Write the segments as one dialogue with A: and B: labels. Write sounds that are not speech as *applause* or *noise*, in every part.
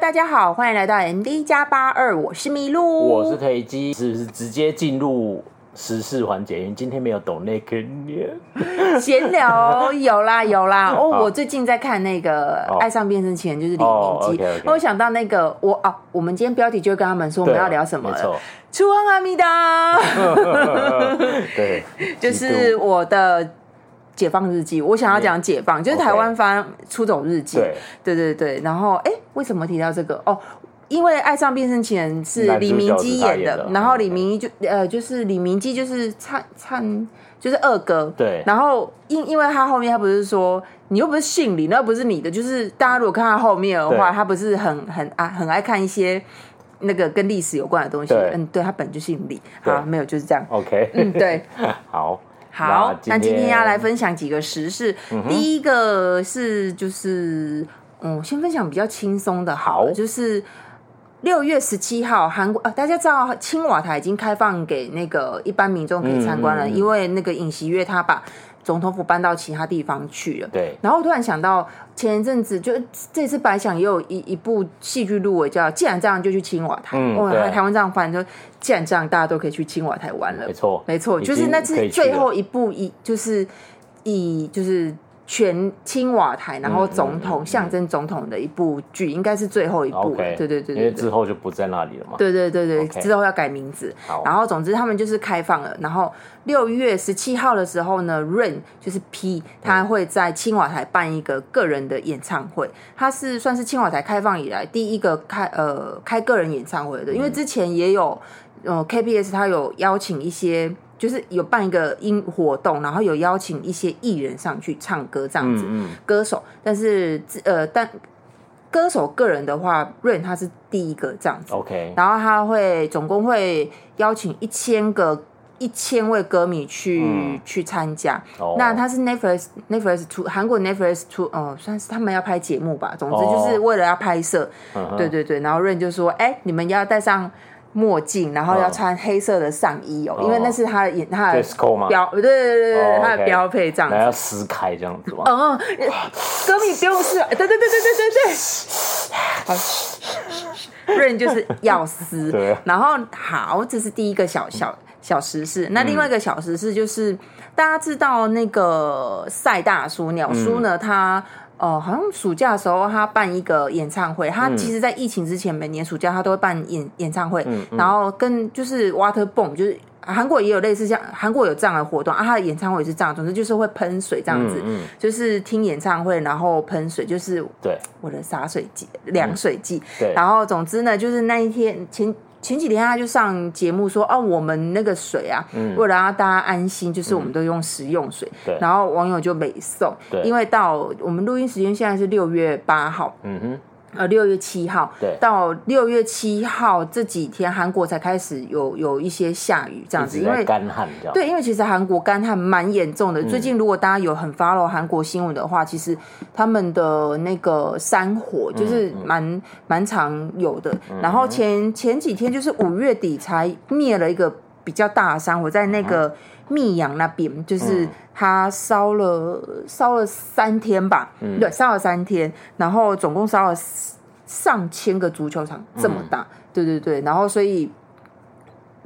A: 大家好，欢迎来到 MD 加八二，我是麋鹿，*laughs*
B: 我是腿基，是不是直接进入时事环节？因为今天没有抖内概念，
A: 闲聊有啦有啦哦，我最近在看那个《
B: 哦
A: 爱上变身情人》，就是李
B: 哦
A: 明基。
B: OK，OK
A: 我想到那个我哦，我们今天标题就会跟他们说我们要聊什么
B: 啊没
A: 了 *laughs*
B: 错。，呃
A: 出安阿米
B: *laughs*
A: 达，
B: 对，
A: 就是
B: 嫉妒
A: 我的解放日记。我想要讲解放，就是台湾翻出走日记。对
B: 对
A: 对对，然后哎，为什么提到这个？哦，因为《爱上变身情人》是
B: 男主
A: 李明基
B: 角是他
A: 演
B: 演
A: 的
B: 的，
A: 然后
B: 嗯
A: 李明就呃就是李明基就是灿灿就是二哥，
B: 对
A: 然后因因为他后面他不是说你又不是姓李，那又不是你的，就是大家如果看他后面的话，
B: 对
A: 他不是很很啊很爱看一些那个跟历史有关的东西，
B: 对
A: 嗯，对他本就姓李，
B: 对哦
A: 好，没有就是这样，
B: OK，
A: 嗯，对。
B: *laughs* 好，
A: 好，那今天要来
B: 分
A: 分享几个时事。
B: 嗯
A: 第一个是就是，嗯，先分享比较轻松的好了，
B: 好
A: 就是六月十七号，韩国啊，大家知道青瓦台已经开放给那个一般民众可以参观了，
B: 嗯嗯嗯
A: 因为那个尹锡悦他把总统府搬到其他地方去了。
B: 对
A: 然后我突然想到，前一阵子就这次白想也有一一部戏剧入围，叫《既然这样就去青瓦台》。
B: 嗯
A: 哦，
B: 对
A: 台湾这样翻就既然这样，大家都可以去青瓦台玩了
B: 没。错
A: 没错，
B: 已
A: 就是
B: 经
A: 那
B: 可
A: 是
B: 以去了
A: 最后一步以就是以就是全青瓦台，然
B: 嗯
A: 后总统、象征总统的一部剧，应该是最后一部了。
B: ，OK，
A: 对对对
B: 因
A: 对
B: 为
A: 对。
B: 之后就不在那里了嘛，
A: 对对对对
B: OK
A: 之后要改名字。
B: 好
A: 然后总之他们就是开放了。然后六月十七号的时候呢，Rain 就是 P，他
B: 嗯
A: 会在青瓦台办一个个人的演唱会。他是算是青瓦台开放以来第一个开呃开个人演唱
B: 嗯
A: 会的，因为之前也有呃 KBS 他有邀请一些。就是有办一个音活动，然后有邀请一些艺人上去唱歌这样子，
B: 嗯嗯，
A: 歌手，但是呃，但歌手个人的话，Rain 他是第一个这样子。
B: ，OK，
A: 然后他会总共会邀请一千个一千位歌迷去、
B: 嗯
A: 去参加。
B: 哦
A: 那他是 Netflix Netflix 出韩国 Netflix 出，哦，算是他们要拍节目吧。总之
B: 哦
A: 就是为了要拍摄，
B: 嗯哼
A: 对对对。然后 Rain 就说：“哎，你们要戴上墨镜，然后要
B: 嗯
A: 穿黑色的上衣哦，因为
B: 哦
A: 那是他的演他的
B: Dress code 吗
A: 标，对对对对对，
B: 哦
A: 他的
B: OK
A: 标配这样子
B: 那。要撕开这样子吗？
A: 嗯，嗯歌迷不用试，哎对对对对对对对。好，Rain 就是要 *laughs* 撕
B: 对啊，
A: 然后好，这是第一个小小小时事。那另外一个小时事就是，大家知道那个赛大叔鸟叔呢，他。哦，好像暑假的时候他办一个演唱会，他其实在疫情之前每年暑假他都会办演演唱会，然后跟就是 Water Bomb，就是韩国也有类似像韩国有这样的活动啊，他的演唱会也是这样，总之就是会喷水这样子，
B: 嗯嗯
A: 就是听演唱会然后喷水，就是
B: 对
A: 我的洒水剂、凉水剂。
B: 嗯对
A: 然后总之呢，就是那一天前前几天他就上节目说，哦，我们那个水啊，为了让大家安心，就是我们都用食用水。
B: 嗯对
A: 然后网友就没送，
B: 对
A: 因为到我们录音时间现在是六月八号，
B: 嗯哼，
A: 呃，六月七号，
B: 对
A: 到六月七号这几天，韩国才开始有有一些下雨这样
B: 一
A: 子，
B: 直
A: 因
B: 在
A: 为
B: 干旱这样，
A: 对，因为其实韩国干旱蛮严重的。最近如果大家有很 follow 韩国新闻的话，其实他们的那个山火就是蛮、蛮常有的。然后前前几天就是五月底才灭了一个比较大的山火，在那个密阳那边，就是它烧了烧了三天吧，对，烧了三天，然后总共烧了上千个足球场
B: 嗯
A: 这么大，对对对，然后所以。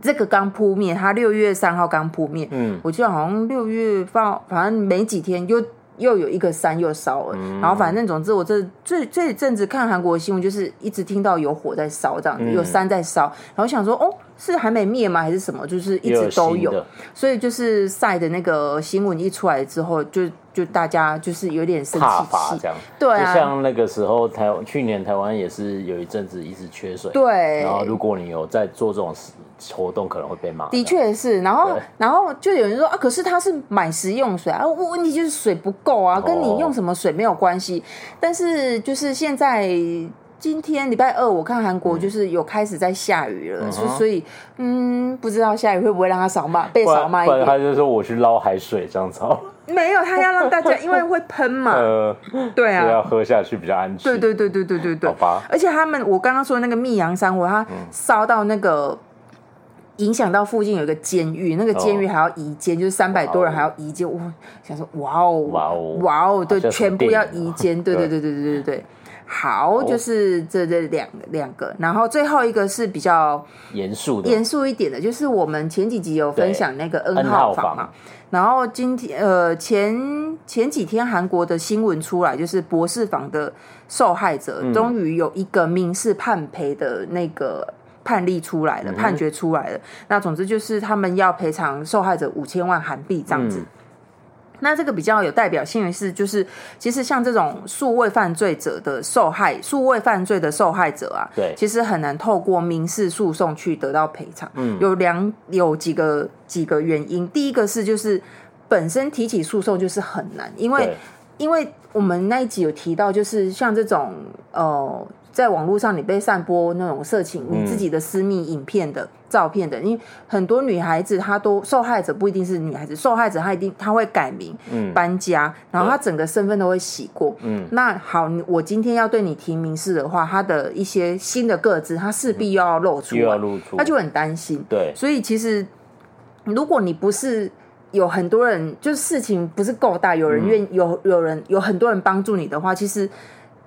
A: 这个刚扑灭，它六月三号刚扑灭，
B: 嗯，
A: 我记得好像六月放，反正没几天又又有一个山又烧了，
B: 嗯
A: 然后反正总之我这这这一阵子看韩国的新闻，就是一直听到有火在烧这样子，
B: 嗯
A: 有山在烧，然后想说哦是还没灭吗还是什么，就是一
B: 也
A: 直都
B: 新
A: 有，
B: 的
A: 所以就是晒的那个新闻一出来之后，就就大家就是有点生
B: 踏
A: 气
B: 伐
A: 气
B: 这，样，
A: 对
B: 就
A: 啊，
B: 像那个时候台湾去年台湾也是有一阵子一直缺水，
A: 对
B: 然，后如果你有在做这种事活动，可能会被骂。
A: 的确是，然后
B: 对
A: 然后就有人说啊，可是他是买食用水啊，问问题就是水不够
B: 哦
A: 啊，跟你用什么水没有关系。但是就是现在今天礼拜二，我看韩
B: 嗯
A: 国就是有开始在下雨了，所以所以嗯，不知道下雨会不会让他少骂被
B: 不
A: 少
B: 然
A: 骂一
B: 不然
A: 点？
B: 他就说我去捞海水这样子好了，
A: 没有，他要让大家因为会喷
B: *laughs*
A: 嘛，
B: 呃，
A: 对
B: 这
A: *laughs* 啊
B: 要。喝下去比较安全。
A: 对对对对对对对
B: 好，吧
A: 而且他们，我刚刚说的那个密阳山火，它
B: 嗯
A: 烧到那个影响到附近有一个监狱，那个监狱
B: 哦
A: 还要移监，就是三百多人
B: 哇哦
A: 还要移监。我想说，哇哦，
B: 哇哦
A: 哇哦，对，
B: 好像什么
A: 全部要
B: 电影
A: 移
B: 哦
A: 监，对对对
B: 对
A: 对对对对对。好，就是这这两两个，然后最后一个是比较
B: 严肃的，
A: 严肃一点的，就是我们前几集有分享那个 N
B: N 号
A: 号房嘛
B: 房，
A: 然后今天呃前前几天韩国的新闻出来，就是博士坊的受害者终于有一个民事判赔的那个。判例出来了，判决出来了。那总之就是他们要赔偿受害者五千万韩币这样子。
B: 嗯
A: 那这个比较有代表性的是，就是其实像这种数位犯罪者的受害，数位犯罪的受害者啊，
B: 对
A: 其实很难透过民事诉讼去得到赔偿。嗯，有两有几个几个原因，第一个是就是本身提起诉讼就是很难，因为
B: 对，
A: 因为我们那一集有提到，就是像这种呃，在网络上你被散播那种色情、你自己的私密影片的照片的，因为很多女孩子她都受害者不一定是女孩子，受害者她一定她会改名、搬家，然后她整个身份都会洗过。嗯，那好，你我今天要对你提民事的话，她的一些新的个资，她势必又要露出
B: 又要
A: 来，
B: 露出，
A: 她就很担心。
B: 对
A: 所以其实如果你不是有很多人，就是事情不是够大，有人愿、
B: 嗯
A: 有有人有很多人帮助你的话，其实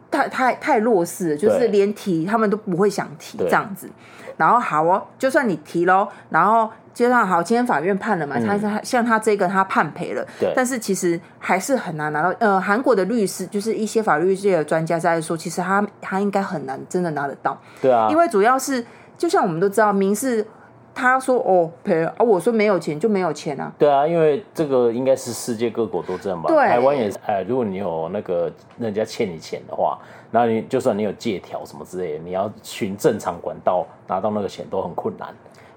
A: 太太太弱势了，就是
B: 对
A: 连提他们都不会想提
B: 对
A: 这样子。然后好哦，就算你提喽，然后就算好，今天法院判了嘛，他他像他这个他判赔了
B: 嗯对，
A: 但是其实还是很难拿到。呃，韩国的律师就是一些法律界的专家在说，其实他他应该很难真的拿得到。
B: 对啊，
A: 因为主要是，就像我们都知道，民事他说哦赔啊，我说没有钱就没有钱啊，
B: 对啊，因为这个应该是世界各国都这样吧？
A: 对
B: 台湾也是。哎，如果你有那个人家欠你钱的话，那你就算你有借条什么之类的，你要循正常管道拿到那个钱都很困难。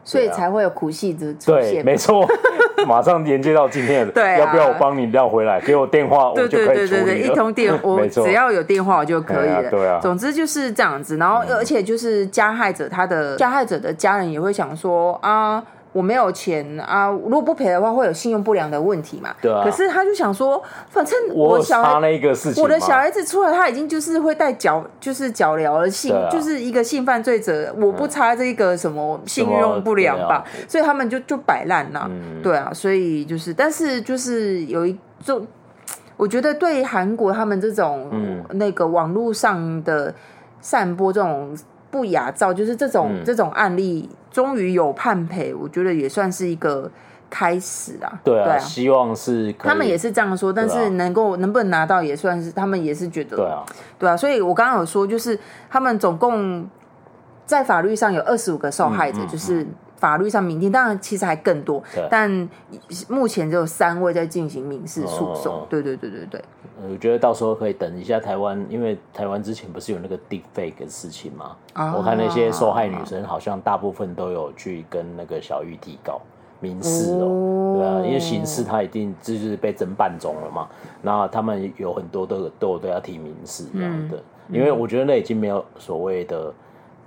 A: 所以才会有苦戏之出
B: 啊对，
A: 现嘛。
B: 没错， *laughs* 马上连接到今天
A: *laughs*
B: 的。
A: 对啊
B: 要不要我帮你撂回来？给我电话，我
A: 对
B: 就
A: 对
B: 可
A: 对
B: 以处
A: 对
B: 理了。
A: 对，一通电我
B: *laughs* 没错
A: 只要有电话我就可以
B: 哎
A: 了。
B: 呀对啊
A: 总之就是这样子。然后呃而且就是加害者他的加害者的家人也会想说啊。我没有钱啊！如果不赔的话，会有信用不良的问题嘛？
B: 对啊
A: 可是他就想说，反正
B: 我有
A: 小
B: 差
A: 孩
B: 那一个事情吗，
A: 我的小孩子出来，他已经就是会带脚，就是脚镣了性，
B: 对啊嗯
A: 就是一个性犯罪者，我不差这个什么信用不良吧，
B: 啊
A: 所以他们就就摆烂啦，
B: 嗯
A: 对啊，所以就是，但是就是有一种，我觉得对韩国他们这种、
B: 嗯
A: 那个网络上的散播这种不雅照，就是这种、
B: 嗯
A: 这种案例，终于有判赔，我觉得也算是一个开始啦，
B: 对
A: 对
B: 啊，
A: 啊
B: 希望是可以
A: 他们也是这样说，但
B: 对啊
A: 是能够能不能拿到也算是他们也是觉得
B: 对啊，
A: 对啊，所以我刚刚有说，就是他们总共在法律上有二十五个受害者，就是法律上明定，当然其实还更多
B: 嗯对，
A: 但目前只有三位在进行民事诉
B: 哦哦
A: 讼
B: 哦。
A: 对对对对对，
B: 呃我觉得到时候可以等一下台湾，因为台湾之前不是有那个 deepfake 的事情吗？
A: 啊
B: 我看那些受害女生好像大部分都有去跟那个小玉提告民事哦，
A: 哦
B: 对啊，因为刑事她一定就是被侦办中了嘛，那他们有很多都有都有都要提民事这样的，
A: 嗯
B: 因为我觉得那已经没有所谓的。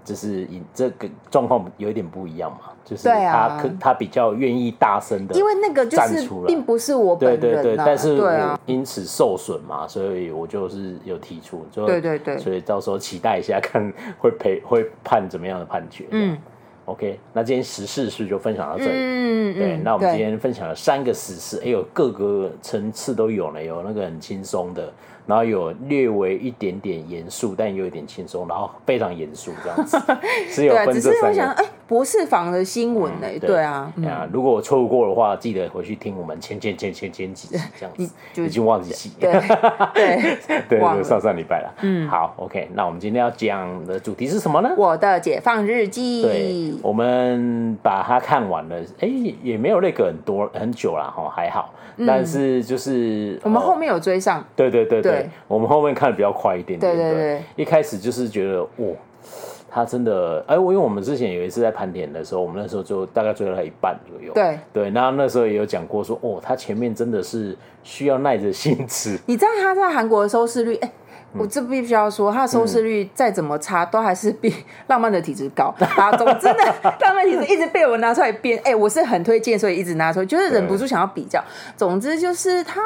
B: 就是以这个状况有一点不一样嘛，就是
A: 对
B: 他
A: 啊
B: 可、他比较愿意大声的，
A: 因为那个就
B: 站
A: 是
B: 出来
A: 并不是我
B: 对
A: 本
B: 对对，
A: 人啊，
B: 但是
A: 对啊
B: 我，因此受损嘛，所以我就是有提出，就
A: 对对对
B: 所以到时候期待一下， *laughs* 看会赔会判怎么样的判决。嗯，OK，那今天时事是就分享到这里。
A: 嗯
B: 对，
A: 嗯，
B: 那我们今
A: 对
B: 天分享了三个时事，哎呦，各个层次都有呢，有那个很轻松的，然后有略微一点点严肃，但又有点轻松，然后非常严肃这样
A: *laughs*
B: 子，是有
A: 对啊，
B: 分
A: 只是
B: 这三
A: 我
B: 个
A: 想，。哎，博士坊的新闻呢？对啊，嗯
B: 啊，如果我错过的话，记得回去听我们前前前前前几集这样子，
A: 就
B: 已经忘记几集 *laughs*
A: 对对，
B: 对
A: 忘
B: 对，
A: 了
B: 上上礼拜了。嗯，好，OK，那我们今天要讲的主题是什么呢？
A: 我的解放日记。
B: 对，我们把它看完了，哎、也没有那个很多很久啦，哈，还好。但是就是
A: 嗯我们
B: 呃
A: 后面有追上，
B: 对对对对，
A: 对
B: 我们后面看的比较快一点点。
A: 对对对
B: 一开始就是觉得哇，他真的，哎、我因为我们之前有一次在盘点的时候，我们那时候就大概追到一半左右。
A: 对
B: 对，那那时候也有讲过说，哦，他前面真的是需要耐着性子。 *laughs*
A: 你知道他在韩国的收视率，
B: 嗯
A: 哎、我这必须要说，他的收视率再怎么差，都还是比《浪漫的体质》
B: *laughs*
A: 高。啊，总之呢，《浪漫体质》一直被我拿出来编，哎、我是很推荐，所以一直拿出来，就是忍不住想要比较。总之就是他，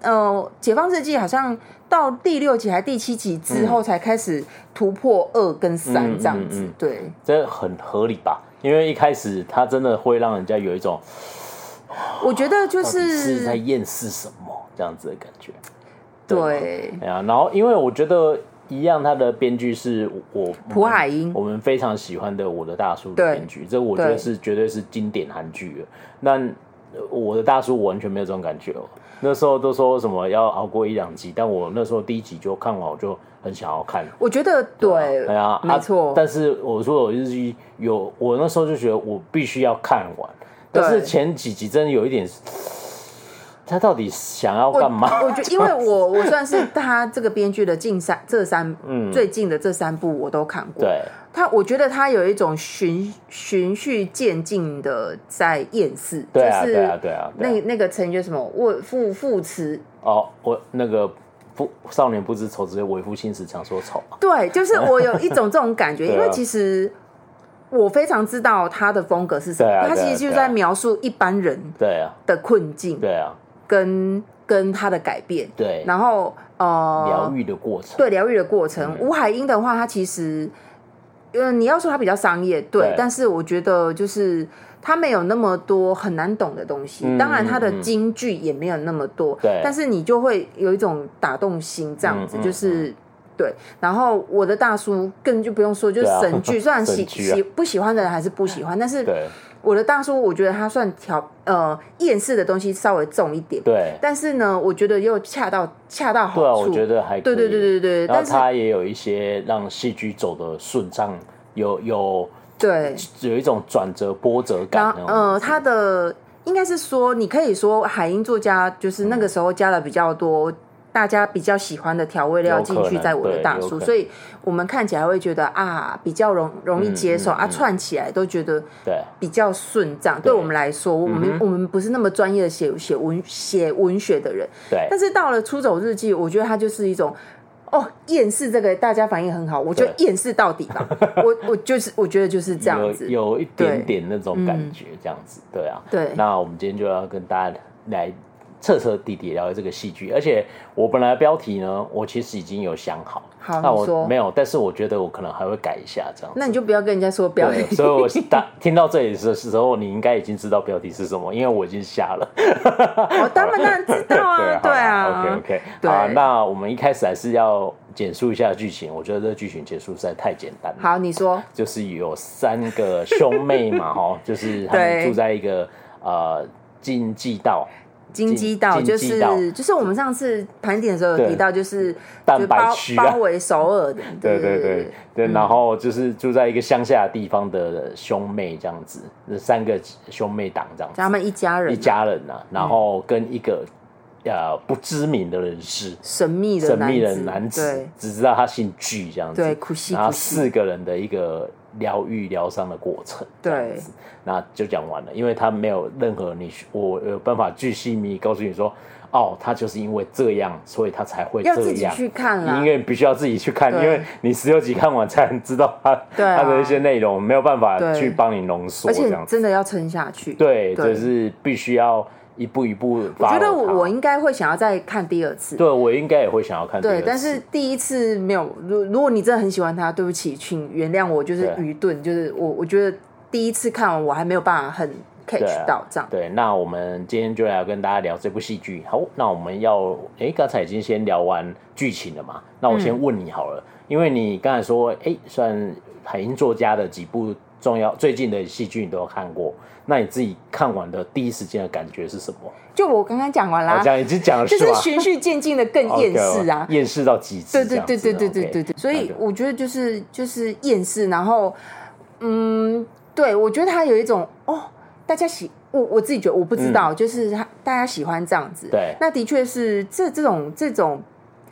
A: 呃，《解放日记》好像到第六集还第七集之后，才开始突破二跟三这样子。
B: 嗯嗯嗯嗯
A: 对，
B: 这很合理吧？因为一开始他真的会让人家有一种
A: 我觉得就
B: 到底是在
A: 是
B: 厌世什么这样子的感觉。啊
A: 对
B: 哎呀，然后因为我觉得一样，他的编剧是我
A: 朴海英
B: 我们非常喜欢的《我的大叔》的
A: 对
B: 编剧，这我觉得
A: 对
B: 是绝对是经典韩剧了。那呃我的大叔我完全没有这种感觉哦，那时候都说什么要熬过一两集，但我那时候第一集就看完，我就很想要看。
A: 我觉得对，
B: 对啊，
A: 没错
B: 啊。但是我说我日剧有，我那时候就觉得我必须要看完，但是
A: 对
B: 前几集真的有一点，他到底想要干嘛？
A: 我觉得，因为我
B: *laughs*
A: 我算是他这个编剧的近三这三、最近的这三部我都看过。
B: 嗯对，
A: 他我觉得他有一种循循序渐进的在厌世，
B: 对啊，
A: 就是
B: 对啊，对啊，对啊
A: 那那个成语叫什么？我副副词，
B: 哦，我那个不少年不知愁，只有为赋新词强说啊愁。
A: 对，就是我有一种这种感
B: *laughs*
A: 觉，
B: 对啊
A: 因为其实我非常知道他的风格是什么，
B: 对啊
A: 他其
B: 对
A: 实
B: 啊
A: 就是
B: 对啊
A: 在描述一般人
B: 对啊，
A: 的困境
B: 对啊，
A: 跟跟他的改变，
B: 对，
A: 然后呃，
B: 疗愈的过程。
A: 对疗愈的过
B: 嗯
A: 程。吴、海英的话，他其实，嗯，你要说他比较商业，对，
B: 对
A: 但是我觉得就是他没有那么多很难懂的东西。
B: 嗯
A: 当然，他的
B: 嗯嗯
A: 金句也没有那么多，
B: 对
A: 但是你就会有一种打动心这样子，
B: 嗯嗯
A: 就是。对，然后我的大叔更就不用说，就是
B: 对啊
A: 神剧，虽然喜
B: *laughs* 神剧啊
A: 喜不喜欢的人还是不喜欢，但是
B: 对
A: 我的大叔，我觉得他算调呃厌世的东西稍微重一点，
B: 对
A: 但是呢，我觉得又恰到恰到好处。
B: 对啊，我觉得还可
A: 对
B: 以
A: 对对对对，
B: 然后
A: 但是
B: 他也有一些让戏剧走的顺畅，有有
A: 对，
B: 有一种转折波折
A: 然
B: 感
A: 后
B: 那种。
A: 呃，他的应该是说，你可以说海英作家就是那个时候加了比较多。大家比较喜欢的调味料
B: 有可
A: 进
B: 能
A: 去，在我的
B: 对
A: 大
B: 有可
A: 叔，
B: 能
A: 所以我们看起来会觉得啊，比较容容易接受、
B: 嗯嗯
A: 啊，
B: 嗯
A: 串起来都觉得
B: 对
A: 比较顺畅。对
B: 对嗯
A: 我们来说，我们、我们不是那么专业的写写文写文学的人，
B: 对
A: 但是到了《出走日记》，我觉得它就是一种。哦，厌世这个大家反应很好，我就
B: 对
A: 厌世到底吧。我我就是我觉得就是这样子，
B: 有有一
A: 对嗯
B: 点点那种感觉，这样子，对啊，
A: 对
B: 那我们今天就要跟大家来彻彻底底聊这个戏剧，而且我本来的标题呢，我其实已经有想好，
A: 好
B: 那
A: 你说
B: 我没有，但是我觉得我可能还会改一下这样子。
A: 那你就不要跟人家说表演
B: 对，。所以我是大听到这里的时候，你应该已经知道标题是什么，因为我已经下了。
A: 我哦当然当然知道
B: *laughs*
A: 啊，对
B: ，OK
A: 啊，
B: OK，
A: 对
B: 好，那我们一开始还是要简述一下剧情，我觉得这剧情结束实在太简单了。
A: 好，你说
B: 就是有三个兄妹
A: *laughs*
B: 嘛，哈，就是他们
A: 对
B: 住在一个呃竞技道，
A: 金鸡道
B: 金
A: 就
B: 鸡道
A: 是就是我们上次盘点的时候有
B: 对
A: 提到，就是
B: 蛋
A: 就
B: 白
A: 包
B: 区啊
A: 包围首尔的，
B: 对
A: 对
B: 对
A: 嗯
B: 对对，然后就是住在一个乡下地方的兄妹这样子，那三个兄妹党这样
A: 他
B: 子，
A: 们一家人嗯
B: 一家人呐、啊，然后跟一个呃不知名的人士，
A: 神秘的
B: 神秘的
A: 男
B: 男子
A: 对，
B: 只知道他姓具这样子，
A: 对苦西
B: 然后
A: 苦西
B: 四个人的一个疗愈疗伤的过程，这样
A: 对
B: 子，那就讲完了，因为他没有任何你我有办法巨细靡告诉你说，哦，他就是因为这样，所以他才会
A: 要
B: 这
A: 自己
B: 样。
A: 去看啦
B: 因。为你必须要自己去看，
A: 对
B: 因为你十六集看完才能知道他、
A: 对啊
B: 他的一些内容，没有办法
A: 对
B: 去帮你浓缩
A: 而
B: 这
A: 且
B: 样子。
A: 真的要撑下去，
B: 对，
A: 对
B: 就是必须要一步一步 follow
A: 我
B: 它。
A: 觉得我我应该会想要再看第二次。
B: 对我应该也会想要看第二次。
A: 对，但是第一次没有。如如果你真的很喜欢他，对不起，请原谅我，就是
B: 对
A: 愚钝，就是我我觉得第一次看完我还没有办法很
B: 对
A: catch
B: 啊
A: 到这样。
B: 对，那我们今天就来跟大家聊这部戏剧。好，那我们要，哎，刚才已经先聊完剧情了嘛？那我先问你好了，
A: 嗯
B: 因为你刚才说，哎，算海英作家的几部重要最近的戏剧你都有看过，那你自己看完的第一时间的感觉是什么？
A: 就我刚刚讲完
B: 我
A: 啦，
B: 讲已经讲了
A: 啊就是是
B: 吧？
A: 循序渐进的
B: *laughs*
A: 更
B: 哦
A: 厌世啊
B: OK，。厌世到极致
A: 对
B: 这
A: 对
B: 样子
A: 对
B: ，OK。
A: 对对对对对，所以我觉得就是就是厌世，然后嗯，对我觉得他有一种哦，大家喜我我自己觉得我不知道，就是他大家喜欢这样子，
B: 嗯对
A: 那的确是这这种这种。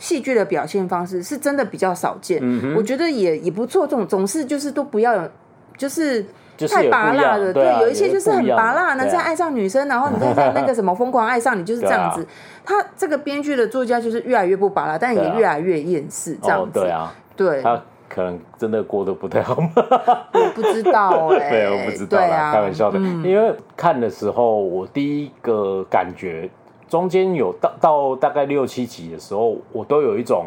A: 戏剧的表现方式是真的比较少见，
B: 嗯
A: 我觉得也也不错。这种总是就是都不要有，就是
B: 就是
A: 太
B: 有不
A: 拔
B: 一
A: 辣
B: 样
A: 了，
B: 对啊，
A: 有一些就是很
B: 不一样
A: 拔辣，
B: 的
A: 男
B: 对
A: 生
B: 啊
A: 爱上女生，然后你再在那个什么疯狂爱上你，就是这样子
B: 对。啊
A: 他这个编剧的作家就是越来越不拔辣，但
B: 对
A: 也
B: 啊
A: 越来越厌世这样
B: 哦
A: 子。，
B: 对啊，
A: 对
B: 他可能真的过得不太好嘛。
A: 我不知
B: *laughs*
A: 道哎，
B: 没有，我不知道啦，
A: 对啊
B: 开玩笑的。因为看的时候，我第一个感觉，中间有到到大概六七集的时候，我都有一种，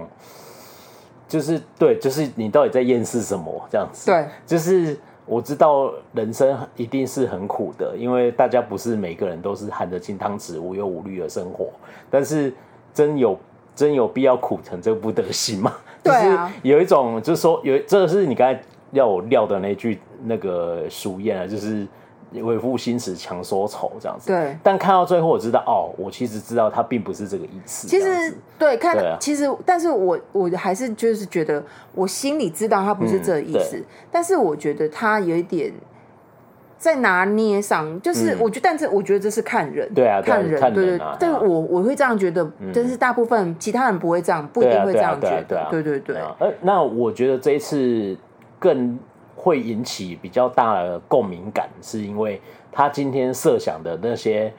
B: 就是对，就是你到底在厌世什么这样子。
A: 对，
B: 就是我知道人生一定是很苦的，因为大家不是每个人都是含着金汤匙无忧无虑的生活，但是真有真有必要苦成这副德行吗？就
A: 对
B: 是
A: 啊
B: *laughs* 有一种就是说有这个是你刚才要我撂的那句那个俗谚啊，就是为赋新词强说愁这样子。
A: 对
B: 但看到最后我知道哦，我其实知道他并不是这个意思。
A: 其
B: 这样
A: 实
B: 子
A: 对，看，
B: 对啊
A: 其实，但是我我还是就是觉得，我心里知道他不是这意
B: 嗯
A: 思，但是我觉得他有一点在拿捏上，就是我觉得，但是我觉得这是看人，
B: 嗯对啊对啊
A: 看人，
B: 看
A: 对
B: 人
A: 对
B: 啊。
A: 但
B: 对啊
A: 我我会这样觉得，但是大部分其他人不会这样，不一
B: 对
A: 定
B: 啊
A: 会这
B: 对啊
A: 样觉
B: 对啊对
A: 得
B: 啊，
A: 对对对，
B: 啊呃，那我觉得这一次更会引起比较大的共鸣感，是因为他今天设想的那些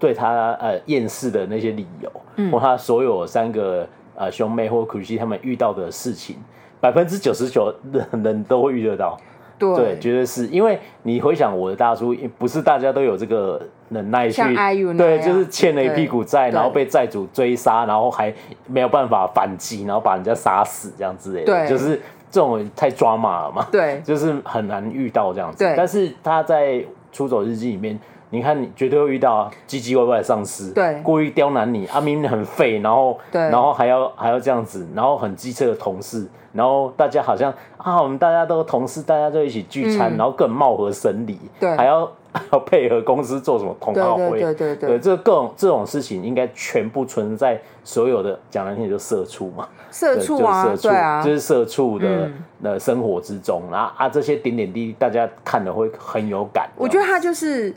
B: 对他呃厌世的那些理由，
A: 嗯
B: 或他所有三个呃兄妹或 k u 他们遇到的事情，百分之九十九的人都会遇得到。对，绝对是因为你回想我的大叔，不是大家都有这个能耐去
A: 像 IU 那
B: 对，
A: 样
B: 就是欠了一屁股债，
A: 对
B: 然后被债主追杀，然后还没有办法反击，然后把人家杀死这样之类的，
A: 对
B: 就是这种太抓马了嘛，
A: 对
B: 就是很难遇到这样子
A: 对。
B: 但是他在《出走日记》里面。你看，你绝对会遇到啊唧唧歪歪的上司，
A: 对
B: 故意刁难你，啊，明明很废，然后，
A: 对
B: 然后还要还要这样子，然后很机车的同事，然后大家好像啊，我们大家都同事，大家都一起聚餐，然后更貌合神离，
A: 嗯对
B: 还要 *laughs* 还要配合公司做什么同好
A: 对
B: 会，
A: 对对对对
B: 这各种这种事情应该全部存在所有的讲难听点就社畜嘛，
A: 社
B: 对
A: 畜啊
B: 就，是社畜
A: 对啊嗯
B: 就，是社畜的呃生活之中，然后啊这些点点滴滴大家看了会很有感，啊
A: 我觉得他就是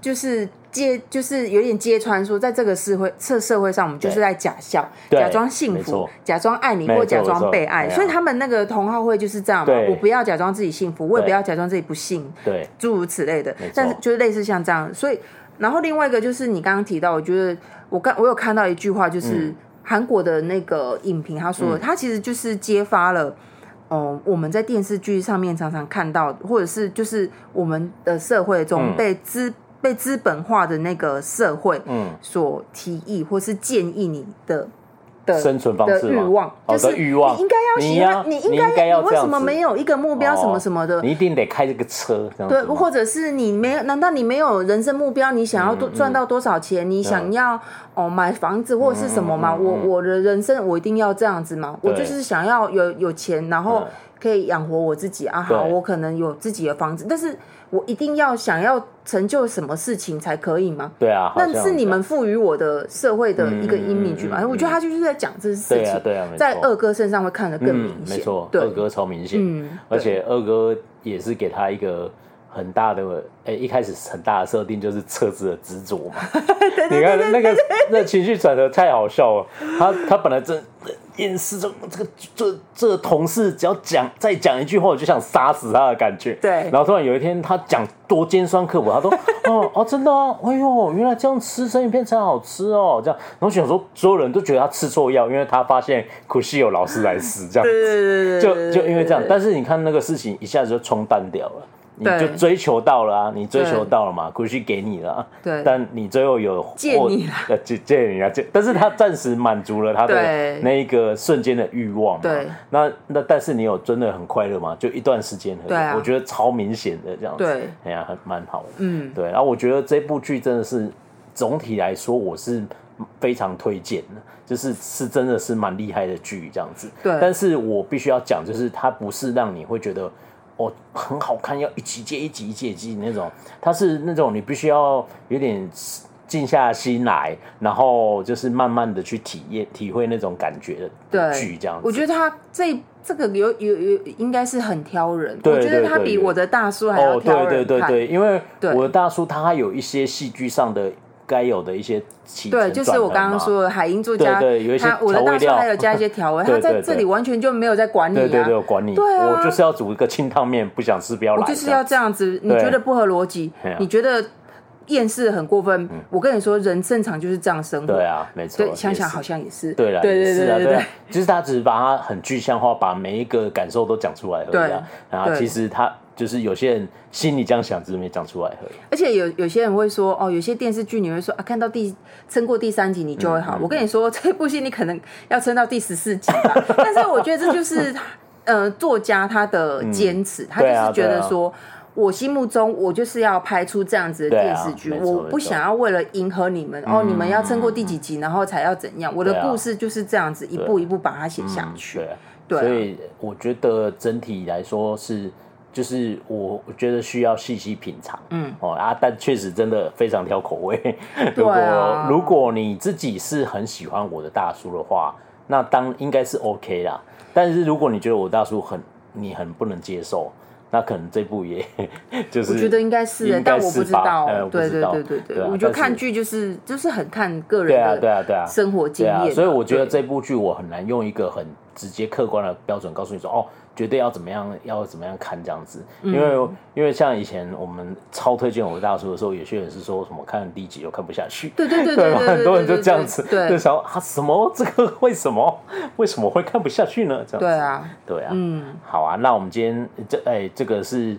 A: 就是揭，就是有点揭穿说，在这个社会社社会上，我们就是在假笑，
B: 对
A: 假装幸
B: 没
A: 福
B: 错，
A: 假装爱你
B: 没错
A: 或假装被
B: 没
A: 爱。
B: 错哎
A: 所以他们那个同好会就是这样嘛，
B: 对
A: 我不要假装自己幸福，我也
B: 对
A: 不要假装自己不幸，
B: 对
A: 诸如此类的
B: 没错。
A: 但是就是类似像这样，所以然后另外一个就是你刚刚提到，我觉得我刚我有看到一句话，
B: 嗯
A: 就是韩国的那个影评，他说、他其实就是揭发了。哦，我们在电视剧上面常常看到，或者是就是我们的社会中
B: 嗯
A: 被资、被资本化的那个社会
B: 嗯
A: 所提议或是建议你的的
B: 生存方
A: 的
B: 式
A: 欲
B: 嘛，
A: 望，
B: 哦
A: 就是
B: 的欲望，
A: 你应该要喜
B: 要
A: 欢，你应该
B: 要
A: 你为
B: 这
A: 什
B: 样
A: 么
B: 子哦
A: 没有一个目标什么什么的？
B: 你一定得开这个车，这样
A: 对，
B: 子吗
A: 或者是你没有？难道你没有人生目标？你想要
B: 嗯
A: 多赚到多少钱？你想要哦买房子或者是什么吗？
B: 嗯嗯嗯
A: 我我的人生我一定要这样子吗？我
B: 对
A: 就是想要有有钱，然后
B: 嗯
A: 可以养活我自己啊。
B: 对
A: 好，我可能有自己的房子，但是我一定要想要成就什么事情才可以吗？
B: 对啊，好
A: 那
B: 像
A: 是你们赋予我的社会的一个
B: 嗯嗯嗯
A: image 嘛？
B: 嗯嗯
A: 我觉得他就是在讲这事
B: 对啊
A: 情，
B: 对啊，没错
A: 在二哥身上会看得更明
B: 嗯，
A: 显。
B: 没错，
A: 对
B: 二哥超明显，
A: 嗯
B: 而且二哥也是给他一个很大的，诶、一开始很大的设定就是车子的执
A: *laughs*
B: 着嘛。你看那个那情绪转折太好笑了，他他本来真厌世这这个这这同事只要讲再讲一句话，我就想杀死他的感觉。
A: 对
B: 然后突然有一天他讲多尖酸刻薄，他说 *laughs* 哦哦真的啊，哎呦原来这样吃生鱼片才好吃哦，这样。然后想说所有人都觉得他吃错药，因为他发现苦西有劳斯莱斯这样子。
A: 对对对对
B: 就
A: 对，
B: 就因为这样，但是你看那个事情一下子就冲淡掉了，你
A: 对
B: 就追求到了啊，你追
A: 对
B: 求到了嘛，估计给你了啊，
A: 对
B: 但你最后有
A: 借
B: 获
A: 你啦
B: 呃借借你啊，借，但是他暂时满足了他的
A: 对
B: 那一个瞬间的欲望嘛，
A: 对，
B: 那那但是你有真的很快乐吗？就一段时间而已，
A: 对啊
B: 我觉得超明显的这样子，
A: 对，
B: 哎呀，还蛮好的，
A: 嗯
B: 对，然后我觉得这部剧真的是总体来说我是非常推荐的，就是是真的是蛮厉害的剧这样子。
A: 对
B: 但是我必须要讲，就是它不是让你会觉得哦很好看，要一集接一集一集一集那种，它是那种你必须要有点。静下心来，然后就是慢慢的去体验、体会那种感觉的
A: 对
B: 剧，这样子。
A: 我觉得他这这个有有有应该是很挑人，
B: 对
A: 我觉得
B: 对
A: 他
B: 对
A: 比
B: 对
A: 我的大叔还要
B: 哦，对
A: 挑
B: 对
A: 人
B: 对
A: 看。
B: 对，因为
A: 对
B: 我的大叔他有一些戏剧上的该有的一些起
A: 对
B: 承
A: 就是我
B: 转
A: 刚刚
B: 合嘛
A: 说的海英作家，
B: 对对有一些
A: 他我的
B: 调
A: 大
B: 味
A: 叔
B: 料
A: 还有加一些调味，
B: *laughs* 对
A: 他
B: 对
A: 在
B: 对
A: 这里完全就没有在管你
B: 对对对，
A: 啊
B: 我。管你，
A: 对啊
B: 我就是要煮一个清汤面，不想吃不要来
A: 我就
B: 这样子。
A: 是要这样子，你
B: 对
A: 觉得不合逻辑
B: 哎呀，嗯
A: 你觉得厌世很过分，我跟你说，人正常就是这样生活。
B: 对啊，没错，
A: 对，想想
B: 也是
A: 好。像也是。
B: 对啦，
A: 对
B: 也
A: 对
B: 是
A: 对
B: 啊，
A: 对
B: 啊，就是他只是把它很具象化，把每一个感受都讲出来而已啊。然后
A: 对
B: 其实他就是有些人心里这样想，只是没讲出来而已。啊
A: 而且有有些人会说，哦，有些电视剧你会说啊，看到第撑过第三集你就会
B: 嗯
A: 好。我跟你说， *laughs* 这部戏你可能要撑到第十四集吧。 *laughs* 但是我觉得这就是，呃，作家他的坚持，他就
B: 对啊
A: 是觉
B: 对
A: 得
B: 啊
A: 说。我心目中我就是要拍出这样子的
B: 对啊
A: 电视剧，
B: 没错嗯
A: 我不
B: 没错
A: 想要为了迎合你们，哦，你们要撑过第几集，然后才要怎样？我
B: 对
A: 的
B: 啊
A: 故事就是这样子一步一步把它写下去。
B: 嗯
A: 对
B: 对，
A: 啊
B: 所以我觉得整体来说是，就是我我觉得需要细细品尝，嗯，哦啊，但确实真的非常挑口味。
A: *laughs*
B: 如果、
A: 啊
B: 如果你自己是很喜欢我的大叔的话，那当应该是 OK 啦。但是如果你觉得我大叔很你很不能接受，那可能这部也 *laughs* 就是
A: 我觉得应该是的，
B: 应该
A: 但我
B: 是
A: 不知
B: 吧
A: 道
B: 呃我。不
A: 对
B: 知
A: 对
B: 道
A: 对对对，
B: 啊
A: 我觉得
B: 但是
A: 看剧就是就是很看个
B: 对啊
A: 人
B: 对啊对啊
A: 的生活经
B: 对啊，
A: 验。
B: 所以我觉得
A: 对
B: 这部剧我很难用一个很直接客观的标准告诉你说，哦，绝对要怎么样，要怎么样看这样子。
A: 嗯
B: 因为、因为像以前我们超推荐我的大叔的时候，有些人是说什么看第一集就看不下去。
A: 对对对对
B: 对嘛
A: 对，
B: *laughs* 很多人
A: 对对
B: 就这样子，
A: 对
B: 就想啊什么这个为什么为什么会看不下去呢？这样子，
A: 对啊，
B: 对啊，嗯，好啊，那我们今天这哎、这个是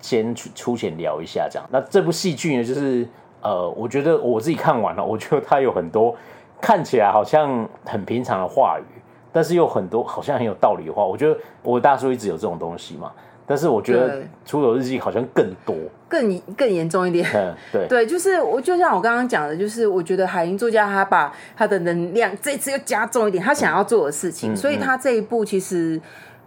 B: 先粗粗浅聊一下这样。那这部戏剧呢，就是呃，我觉得我自己看完了， *laughs* 我觉得它有很多看起来好像很平常的话语，但是有很多好像很有道理的话。我觉得我大叔一直有这种东西嘛，但是我觉得《
A: 对
B: 出走日记》好像更多。
A: 更更严重一点。
B: 嗯，对，
A: 对，就是我就像我刚刚讲的，就是我觉得海英作家他把他的能量这次又加重一点，他想要做的事
B: 嗯
A: 情，所以他这一部其实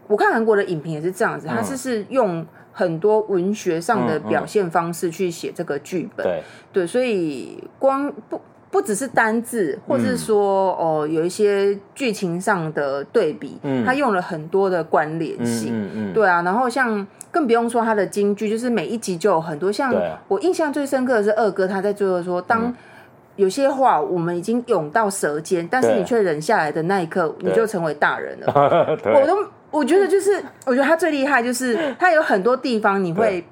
A: 我看韩国的影评也是这样子，
B: 嗯
A: 他就是用很多文学上的表现方式去写这个剧本，
B: 对，
A: 对，所以光不。不只是单字，或
B: 嗯
A: 是说、哦，有一些剧情上的对比，他用了很多的关联
B: 嗯
A: 性，
B: 嗯嗯，
A: 对啊，然后像更不用说他的京剧，就是每一集就有很多。像
B: 对啊嗯
A: 我印象最深刻的是二哥他在最后说，当有些话我们已经涌到舌尖，但是
B: 对
A: 你却忍下来的那一刻，你
B: 对
A: 就成为大人了。
B: *laughs* 对，
A: 我都我觉得就是，我觉得他最厉害
B: *laughs*
A: 就是他有很多地方你会
B: 对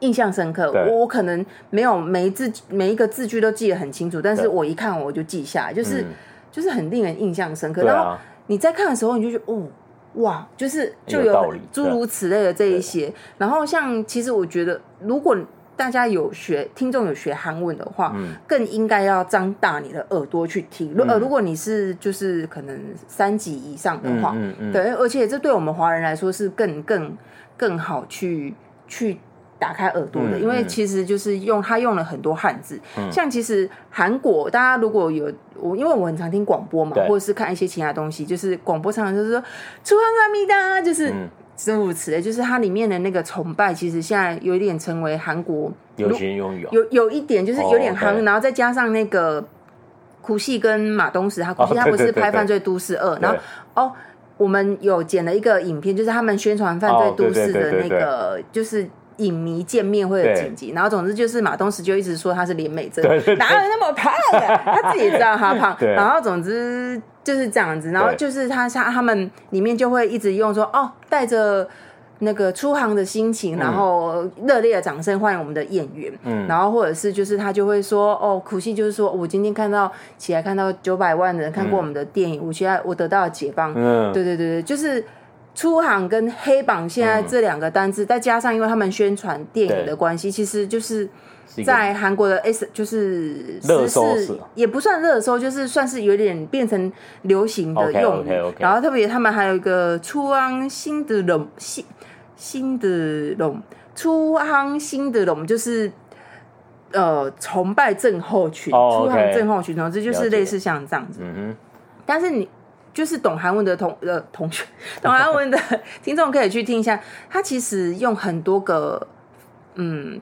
A: 印象深刻。
B: 对
A: 我我可能没有每一字每一个字句都记得很清楚，但是
B: 对
A: 我一看我就记下来，就是、
B: 嗯
A: 就是很令人印象深刻。
B: 对
A: 然后
B: 啊，
A: 你在看的时候，你就觉得哦，哇，就是就
B: 有道理
A: 诸如此类的这一些。然后像其实我觉得，如果大家有学听众有学韩文的话，
B: 嗯
A: 更应该要张大你的耳朵去听。如、呃，如果你是就是可能三级以上的话，
B: 嗯嗯嗯，
A: 对，而且这对我们华人来说是更更更好去去打开耳朵的，
B: 嗯
A: 因为
B: 嗯
A: 其实就是用他用了很多汉字，像其实韩国大家如果有我，因为我很常听广播嘛
B: 对，
A: 或者是看一些其他东西，就是广播常常就是说“出汉阿弥达”，就是。
B: 嗯
A: 诸如此类，就是它里面的那个崇拜，其实现在有一点成为韩国
B: 有钱拥有，
A: 有有一点就是有点
B: 哦
A: 夯，
B: 对
A: 然后再加上那个苦戏跟马东石，他苦
B: 哦
A: 戏他不
B: 对对
A: 是
B: 对
A: 拍《
B: 对
A: 犯罪都市二》，然后
B: 对
A: 哦，我们有剪了一个影片，就是他们宣传《犯罪
B: 哦对
A: 都
B: 对
A: 市》
B: 对
A: 的
B: 对
A: 那
B: 对
A: 个，就是。影迷见面会的
B: 对
A: 剪辑，然后总之就是马东石就一直说他是脸美真
B: 对对对，
A: 哪有那么胖啊？他自己也知道他胖，
B: *laughs* 对
A: 然后总之就是这样子，然后
B: 对
A: 就是他他他们里面就会一直用说哦，带着那个出航的心
B: 嗯
A: 情，然后热烈的掌声欢迎我们的演员。嗯，然后或者是就是他就会说，哦，苦戏就是说我今天看到起来看到九百万人看过我们的电影，我现在我得到了解放。
B: 嗯，
A: 对对对对，就是出航跟黑榜现在
B: 嗯
A: 这两个单字，再加上因为他们宣传电影的关系，其实就是。
B: 是一个
A: 在韩国的 S 就是
B: 热
A: 时
B: 搜
A: 事
B: 是
A: 也不算热搜，就是算是有点变成流行的
B: OK，
A: 用语。
B: OK，OK
A: 然后特别他们还有一个出安新的龙新新的龙出安新的龙就是。呃，崇拜症候群，
B: 哦
A: 出航
B: OK
A: 症候群，总之就
B: 了
A: 是
B: 解
A: 类似像这样子。
B: 嗯
A: 但是你就是懂韩文的同呃同学， *laughs* 懂韩文的听众可以去听一下，他其实用很多个嗯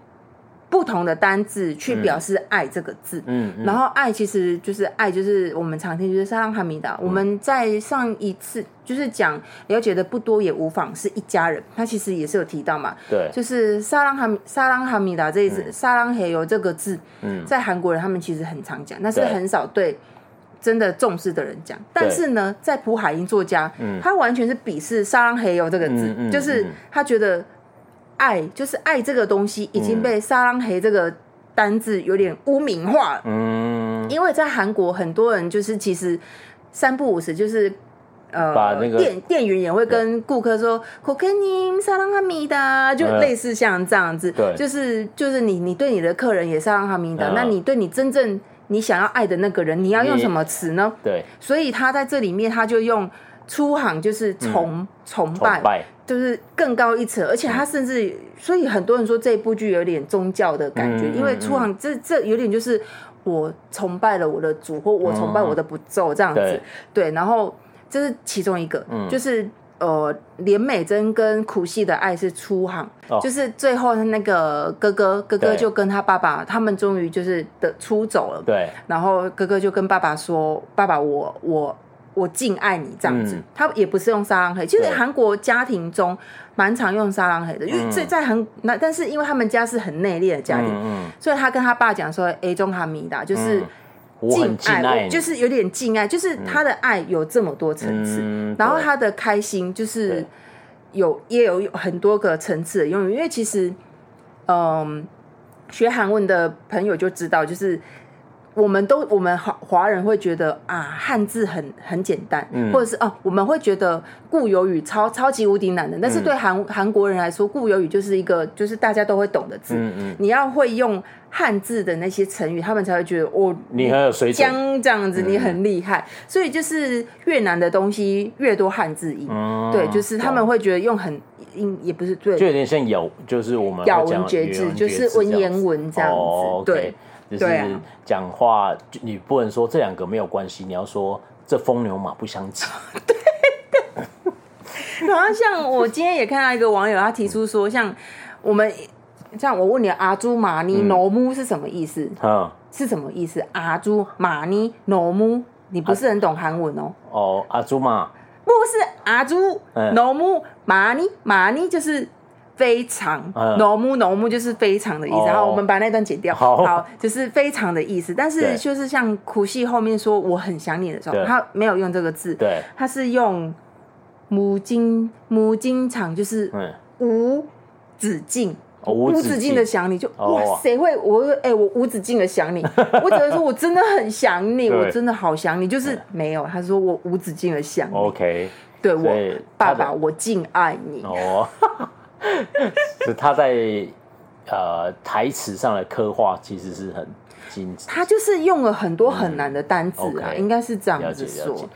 A: 不同的单字去表示“爱”这个字。
B: 嗯嗯，
A: 然后爱其实就是爱，就是我们常听就是上哈米
B: 嗯
A: 达。我们在上一次就是讲了解的不多也无妨，是一家人。他其实也是有提到嘛，
B: 对，嗯
A: 就是沙朗哈米沙朗哈米达这一字，沙朗黑油这个字，在韩国人他们其实很常讲，但是
B: 对
A: 很少对真的重视的人讲。但是呢，在朴海英作家，他完全是鄙视沙朗黑油这个字
B: 嗯，嗯
A: 就是
B: 嗯
A: 他觉得爱就是爱这个东西已经被沙朗黑这个单字有点污名化了。
B: 嗯，
A: 因为在韩国很多人就是其实三不五时就是。呃，
B: 把那个
A: 店店员也会跟顾客说 c o k e n i n g 沙朗哈米达”，就
B: 嗯
A: 类似像这样子，
B: 对
A: 就是就是你你对你的客人也沙朗哈米达，
B: 嗯
A: 那你对你真正你想要爱的那个人，你要用
B: 你
A: 什么词呢？
B: 对，
A: 所以他在这里面他就用出行就是崇、崇
B: 嗯崇拜，
A: 就是更高一层，而且它甚至，所以很多人说这部剧有点宗教的感觉，
B: 嗯嗯
A: 因为出航这这有点就是我崇拜了我的主，或我崇拜我的不咒这样子，
B: 对嗯
A: 对，然后这是其中一个，就是呃，连美珍跟苦戏的爱是出航，
B: 哦
A: 就是最后那个哥哥，哥哥
B: 对
A: 就跟他爸爸，他们终于就是的出走了，
B: 对，
A: 然后哥哥就跟爸爸说：“爸爸我，我我敬爱你这样子。
B: 嗯
A: 他也不是用沙朗黑，其实
B: 对
A: 韩国家庭中蛮常用沙朗黑的，因为这在很那，但是因为他们家是很内敛的家庭，
B: 嗯嗯，
A: 所以他跟他爸讲说：‘A 中哈米达’，就是
B: 嗯我很敬爱
A: 我
B: 你，
A: 就是有点敬爱，就是他的爱有这么多层次，
B: 嗯
A: 然后
B: 对
A: 他的开心就是
B: 对
A: 有也有很多个层次的用语，因为其实，嗯，学韩文的朋友就知道，就是我们都我们华华人会觉得啊，汉字很很简单，
B: 嗯
A: 或者是哦、我们会觉得固有语超超级无敌难的，但
B: 嗯
A: 是对韩韩国人来说，固有语就是一个就是大家都会懂的字，
B: 嗯嗯，
A: 你要会用汉字的那些成语，他们才会觉得哦，
B: 你很有水准，
A: 江这样子，你很厉害。所以就是越南的东西越多汉字音，
B: 嗯
A: 对，就是他们会觉得用很音也不是对
B: 就有点像咬，就是我们
A: 咬
B: 会讲
A: 文嚼字，就是
B: 这
A: 文
B: 样
A: 言
B: 子
A: 文这样子，
B: 哦、
A: 对，，
B: 就
A: 对
B: 是
A: 啊
B: 讲话，就你不能说这两个没有关系，你要说这风牛马不相
A: *laughs*
B: 及。
A: 然后像我今天也看到一个网友，他提出说，像我们像我问你阿朱玛尼农姆是什么意思？
B: 嗯，
A: 是什么意思？阿朱玛尼农姆，你不是很懂韩文哦。
B: 哦，阿朱嘛，
A: 不是阿朱
B: 嗯
A: 农木马尼马尼就是非常
B: 嗯
A: 农木农木就是非常的意思。
B: 哦
A: 好，我们把那段剪掉。
B: 好
A: 就是非常的意思。但是
B: 对
A: 就是像苦戏后面说我很想你的时候，
B: 对
A: 他没有用这个字，
B: 对，
A: 他是用母金母金场，就是
B: 嗯，
A: 无止境。
B: 哦无止境
A: 止境的想你就，
B: 哦
A: 哇，谁会我哎、我无止境的想
B: *laughs*
A: 你，我只能说我真的很想你，
B: 对
A: 我真的好想你，就是没有，他说我无止境的想你，
B: OK，
A: 对
B: 所
A: 我
B: 以
A: 爸
B: 他的
A: 爸，我敬爱你。
B: 哦， *laughs* 是他在呃台词上的刻画其实是很精致。
A: 他就是用了很多很难的单词啊，
B: 嗯 OK，
A: 应该是这样
B: 了
A: 子
B: 解了
A: 说
B: 解。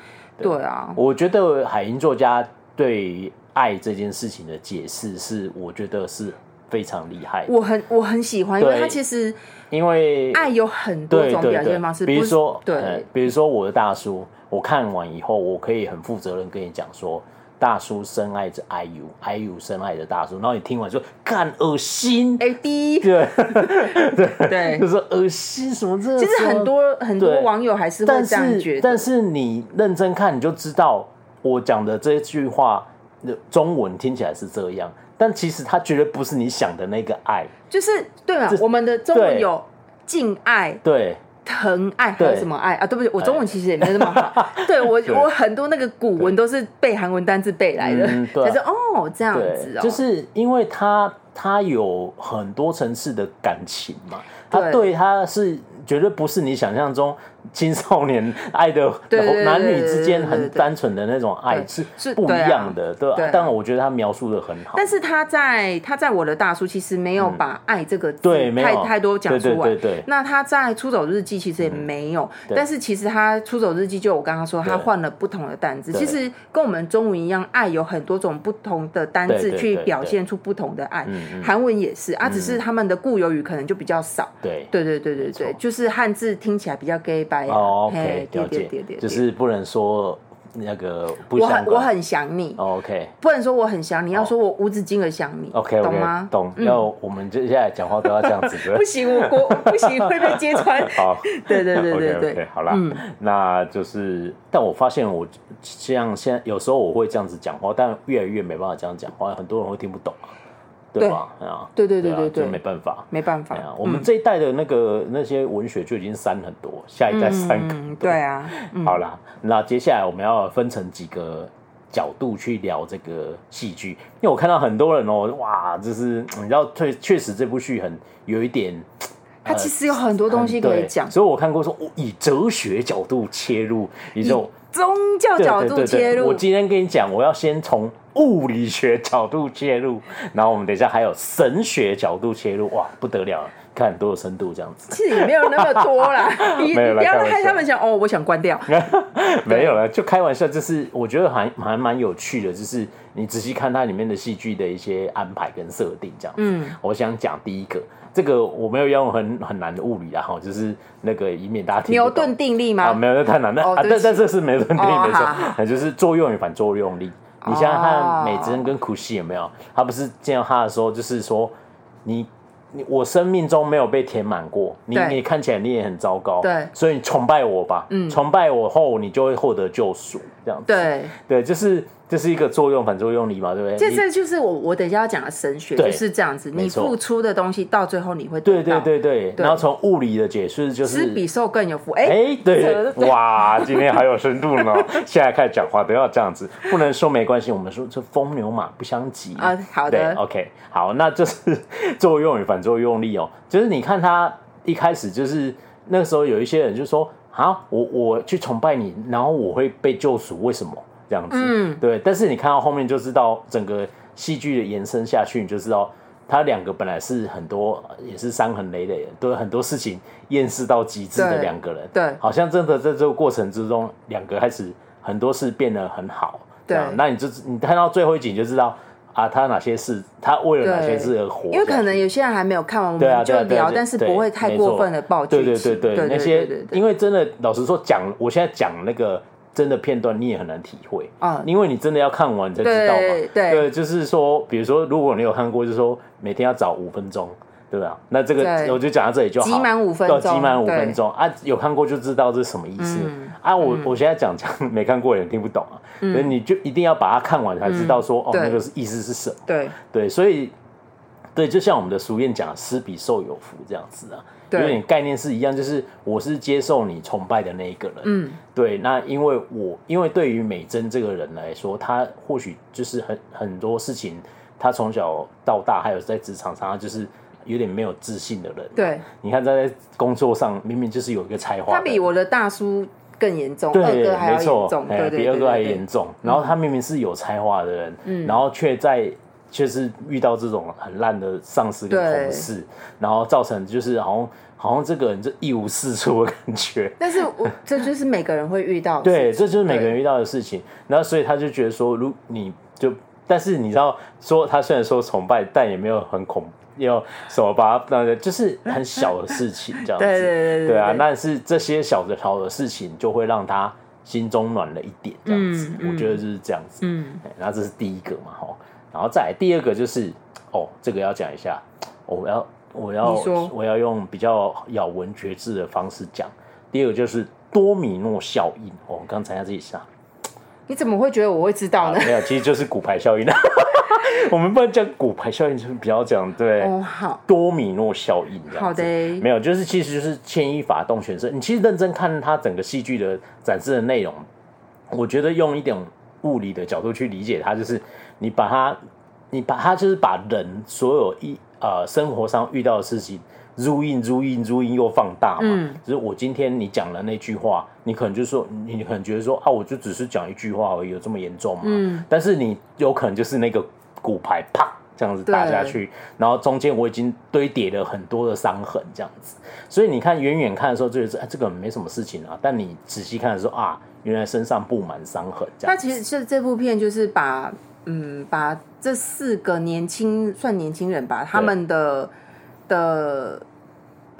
A: 对啊，
B: 我觉得海英作家对于爱这件事情的解释是，我觉得是非常厉害的，
A: 我很我很喜欢，因为
B: 对
A: 他其实
B: 因为
A: 爱有很多
B: 对
A: 种
B: 对
A: 表现
B: 对，
A: 方式，
B: 比
A: 不
B: 如
A: 是
B: 说，呃
A: 对，
B: 比如说我的大叔，我看完以后，我可以很负责任跟你讲说，大叔深爱着 IU，IU 深爱着大叔，然后你听完说，干恶心，
A: A D *laughs*
B: 对
A: 哎对
B: 就，是恶心什么这，
A: 其实很，多很多
B: 对
A: 网友还是会
B: 但
A: 这样觉
B: 是
A: 得。
B: 但是你认真看，你就知道我讲的这句话，呃中文听起来是这样，但其实它绝对不是你想的那个爱，
A: 就是对嘛
B: 这，
A: 我们的中文
B: 对
A: 有敬爱、
B: 对
A: 疼爱，还有
B: 对哎
A: 什么爱啊？对不起，我中文其实也没那么
B: *laughs*
A: 好。对我，我很多那个古文都是背韩文单字背来的， *laughs*
B: 嗯对啊
A: 才是哦这样
B: 对
A: 子，哦，
B: 就是因为他他有很多层次的感情嘛，他
A: 对
B: 对他是绝对不是你想象中青少年爱的
A: *laughs* 对对对
B: 男女之
A: 对对
B: 间
A: 对
B: 很
A: 对
B: 单纯的那种爱
A: 对
B: 是
A: 是
B: 不一样的，对
A: 对啊
B: 吧？但我觉得他描述的很好
A: 但，是他在他在我的大叔其实没有把爱这个字
B: 对没有
A: 太太多讲出来。
B: 对对对对
A: 那他在出走日记其实也没有，
B: 对
A: 但是其实他出走日记就我刚刚说，他换了不同的单字，其
B: 对
A: 实跟我们中文一样，爱有很多种不同的单
B: 对对
A: 字
B: 对嗯
A: 去
B: 对
A: 表现出不同的爱。韩文也是啊，只是他们的固有语可能就比较少。
B: 对。
A: 对对对对对，就是汉字听起来比较 gay 白
B: 哦
A: 啊，嘿
B: ，OK，
A: 对
B: 了
A: 对
B: 解
A: 对对，，
B: 就是不能说那个不
A: 我
B: 相
A: 很我
B: 关。
A: 很想你，
B: 哦 OK
A: 不能说我很想你，要说我无止境的想你，
B: OK
A: 懂
B: OK，
A: 吗？嗯
B: 懂。要我们接下来讲话都要这样子，对不
A: *laughs* 不
B: 对？
A: 行，我
B: *laughs*
A: 国不行会被揭穿。
B: 好，
A: 对对对对
B: o k o
A: 对嗯
B: k，好啦，那就是，但我发现我这样现在有时候我会这样子讲话，但越来越没办法这样讲话，很多人会听不懂啊，对吧？啊，
A: 对对对
B: 啊
A: 对对嗯
B: 就没办法。
A: 没办
B: 哎
A: 法
B: 呀，，我们这一代的那个那些文学就已经删很多，下一代删更
A: 嗯，
B: 多。
A: 对啊，
B: 好啦，那接下来我们要分成几个角度去聊这个戏剧，因为我看到很多人哦，哇，就是你知道，确确实这部剧很有一点
A: 它其实有很多东西可以
B: 对
A: 讲，
B: 所以我看过说，我哦以哲学角度切入，以这种
A: 宗教角
B: 对
A: 度
B: 对对
A: 切
B: 对我
A: 入，
B: 今天跟你讲，我要先从物理学角度切入，然后我们等一下还有神学角度切入，哇，不得了了！看很多的深度这样子，
A: 其实也没有那么多
B: *laughs*
A: 啦，你你
B: 没有啦
A: 不要
B: 开玩
A: 害他
B: 笑
A: 们讲哦，我想关掉。
B: *laughs* 没有了，就开玩笑，就是我觉得还还蛮有趣的，就是你仔细看它里面的戏剧的一些安排跟设定这样子。
A: 嗯，
B: 我想讲第一个，这个我没有要用很很难的物理啦，哈，就是那个以免大家听不懂
A: 牛顿定律吗？
B: 啊，没有，那太难了、
A: 哦
B: 啊！
A: 对不
B: 但
A: 起
B: 但这是没有认定
A: 哦
B: 没错
A: 好好，
B: 那就是作用与反作用力。你想想
A: 哦
B: 看，美智恩跟苦西有没有？他不是见到他的时候，就是说你你我生命中没有被填满过，你
A: 对
B: 你看起来你也很糟糕，
A: 对
B: 所以你崇拜我吧，
A: 嗯
B: 崇拜我后你就会获得救赎，这样子，
A: 对，
B: 对，就是这、是一个作用反作用力嘛，对不对？
A: 这
B: 你
A: 这就是我我等一下要讲的神学，
B: 对
A: 就是这样子，你
B: 没错
A: 付出的东西到最后你会
B: 对
A: 得
B: 对
A: 到，
B: 对对，
A: 对
B: 然后从物理的解释就是
A: 施比受更有福。哎、
B: 哎，
A: 这个
B: 对，
A: 对
B: 哇，今天好有深度呢！现在开始讲话都要这样子，不能说没关系，我们说这风牛马不相及
A: 啊好的
B: 对，OK，好，那就是 *laughs* 作用与反作用力哦，就是你看他一开始就是那个时候有一些人就说啊，我我去崇拜你，然后我会被救赎，为什么这样子？
A: 嗯，
B: 对，但是你看到后面就知道整个戏剧的延伸下去，你就知道他两个本来是很多呃也是伤痕累累的，都有很多事情厌世到极致的
A: 对
B: 两个人，
A: 对
B: 好像真的在这个过程之中，两个开始很多事变得很好，这样
A: 对
B: 那你就你看到最后一集你就知道啊，他哪些事，他为了哪些事而活，
A: 因为可
B: 这样
A: 能有些人还没有看完，我
B: 对啊，
A: 们
B: 对
A: 就
B: 啊对啊
A: 聊，
B: 对
A: 但是
B: 对
A: 不会太
B: 没
A: 过
B: 错
A: 分的爆
B: 对
A: 剧
B: 对
A: 情。
B: 对对，
A: 对
B: 那
A: 对
B: 些
A: 对对，
B: 因为真的，老实说讲，我现在讲那个真的片段，你也很难体会
A: 啊
B: 因为你真的要看完你才知道
A: 对
B: 嘛。
A: 对
B: 就是说，比如说，如果你有看过，就是说每天要找五分钟，对吧？那这个
A: 对
B: 我就讲到这里就好，
A: 集满五分
B: 对
A: 钟
B: 集满五
A: 对
B: 分钟啊，有看过就知道这是什么意思
A: 嗯
B: 啊。我我现在讲讲，没看过的人听不懂啊，所以你就一定要把它看完才知道说哦，
A: 嗯对
B: 那个意思是什么。
A: 对
B: 对，所以对，就像我们的俗谚讲“施比受有福”这样子啊，
A: 对
B: 有点概念是一样，就是我是接受你崇拜的那一个人，
A: 嗯，
B: 对，那因为我因为对于美珍这个人来说，她或许就是很很多事情，她从小到大，还有在职场上，她就是有点没有自信的人，，
A: 对，
B: 你看她在工作上明明就是有一个才华的人，
A: 他比我的大叔更严重，
B: 对，
A: 二哥还要
B: 没错
A: 严重，，
B: 哎
A: 对对对，
B: 比二哥还
A: 对对嗯
B: 严重。然后他明明是有才华的人，然后却在却是遇到这种很烂的上司跟
A: 对
B: 同事，然后造成就是好像好像这个人就一无是处的感觉。
A: 但是我这就是每个人会遇到的事情，
B: 对，这就是每个
A: 对
B: 人遇到的事情。然后所以他就觉得说，如你就，但是你知道，说他虽然说崇拜，但也没有很恐，也有什么把他当成就是很小的事情这样
A: *laughs*
B: 子。
A: 对对对对
B: 对啊
A: 对，
B: 但是这些小的小的事情就会让他心中暖了一点，这样子，
A: 嗯
B: 我觉得就是这样子。
A: 嗯，
B: 哎然后这是第一个嘛，吼，然后再来第二个就是，哦，这个要讲一下，我要我要
A: 你说
B: 我要用比较咬文嚼字的方式讲。第二个就是多米诺效应，哦，刚才要自己想，
A: 你怎么会觉得我会知道
B: 啊
A: 呢？
B: 没有，其实就是骨牌效应。 *laughs* 我们不能讲骨牌效应，就是比较讲对。
A: 哦，好，
B: 多米诺效应这样子，
A: 好的欸
B: 没有，就是其实就是牵一发动全身。你其实认真看它整个戏剧的展示的内容，我觉得用一点物理的角度去理解它，就是你把它，你把它就是把人所有一呃生活上遇到的事情。如印如印如印又放大嘛，
A: 嗯
B: 就是我今天你讲了那句话，你可能就说，你可能觉得说啊，我就只是讲一句话而已，有这么严重吗？
A: 嗯，
B: 但是你有可能就是那个骨牌啪这样子
A: 对
B: 打下去，然后中间我已经堆叠了很多的伤痕这样子，所以你看远远看的时候就觉得哎这个没什么事情啊，但你仔细看的时候啊，原来身上布满伤痕这
A: 那
B: 样。
A: 其实这这部片就是把嗯把这四个年轻算年轻人吧，他们的的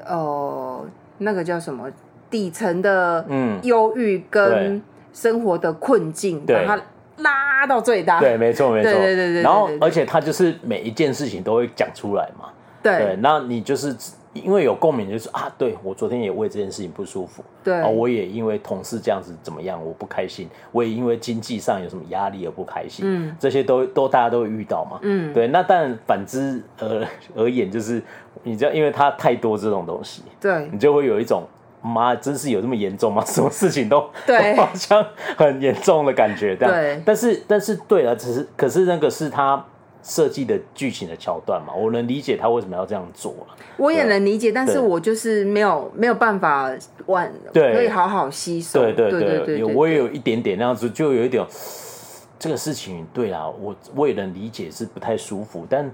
A: 呃那个叫什么底层的
B: 嗯
A: 忧郁跟
B: 对
A: 生活的困境，把
B: 对
A: 它拉到最大。
B: 对，没错，没错，
A: 啊对对对对
B: 然后
A: 对对，对
B: 而且他就是每一件事情都会讲出来嘛。对
A: 对，
B: 那你就是因为有共鸣，就是啊，对我昨天也为这件事情不舒服，
A: 对
B: 啊，我也因为同事这样子怎么样，我不开心，我也因为经济上有什么压力而不开心，
A: 嗯，
B: 这些都都大家都会遇到嘛，
A: 嗯
B: 对，那但反之而而言，就是你知道，因为它太多这种东西，
A: 对
B: 你就会有一种。妈，真是有这么严重吗？ *laughs* 什么事情都
A: 对
B: *laughs* 都好像很严重的感觉，这样。
A: 对
B: 但是但是对了，只是可是那个是他设计的剧情的桥段嘛，我能理解他为什么要这样做了。
A: 我也
B: 对
A: 能理解，但是
B: 对
A: 我就是没有没有办法完
B: 对
A: 可以好好吸收。
B: 对对
A: 对对
B: 有我也有一点点那样子，就有一点这个事情对啦，我我也能理解是不太舒服，但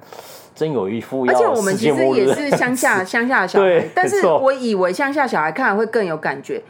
B: 真有一副
A: 而且
B: 要
A: 我们
B: 世
A: 其
B: 界
A: 实
B: 末日
A: 也
B: 的
A: 是乡下乡下的小孩
B: 对，
A: 但
B: 没
A: 是
B: 错
A: 我以为乡下小孩看了会更有感觉，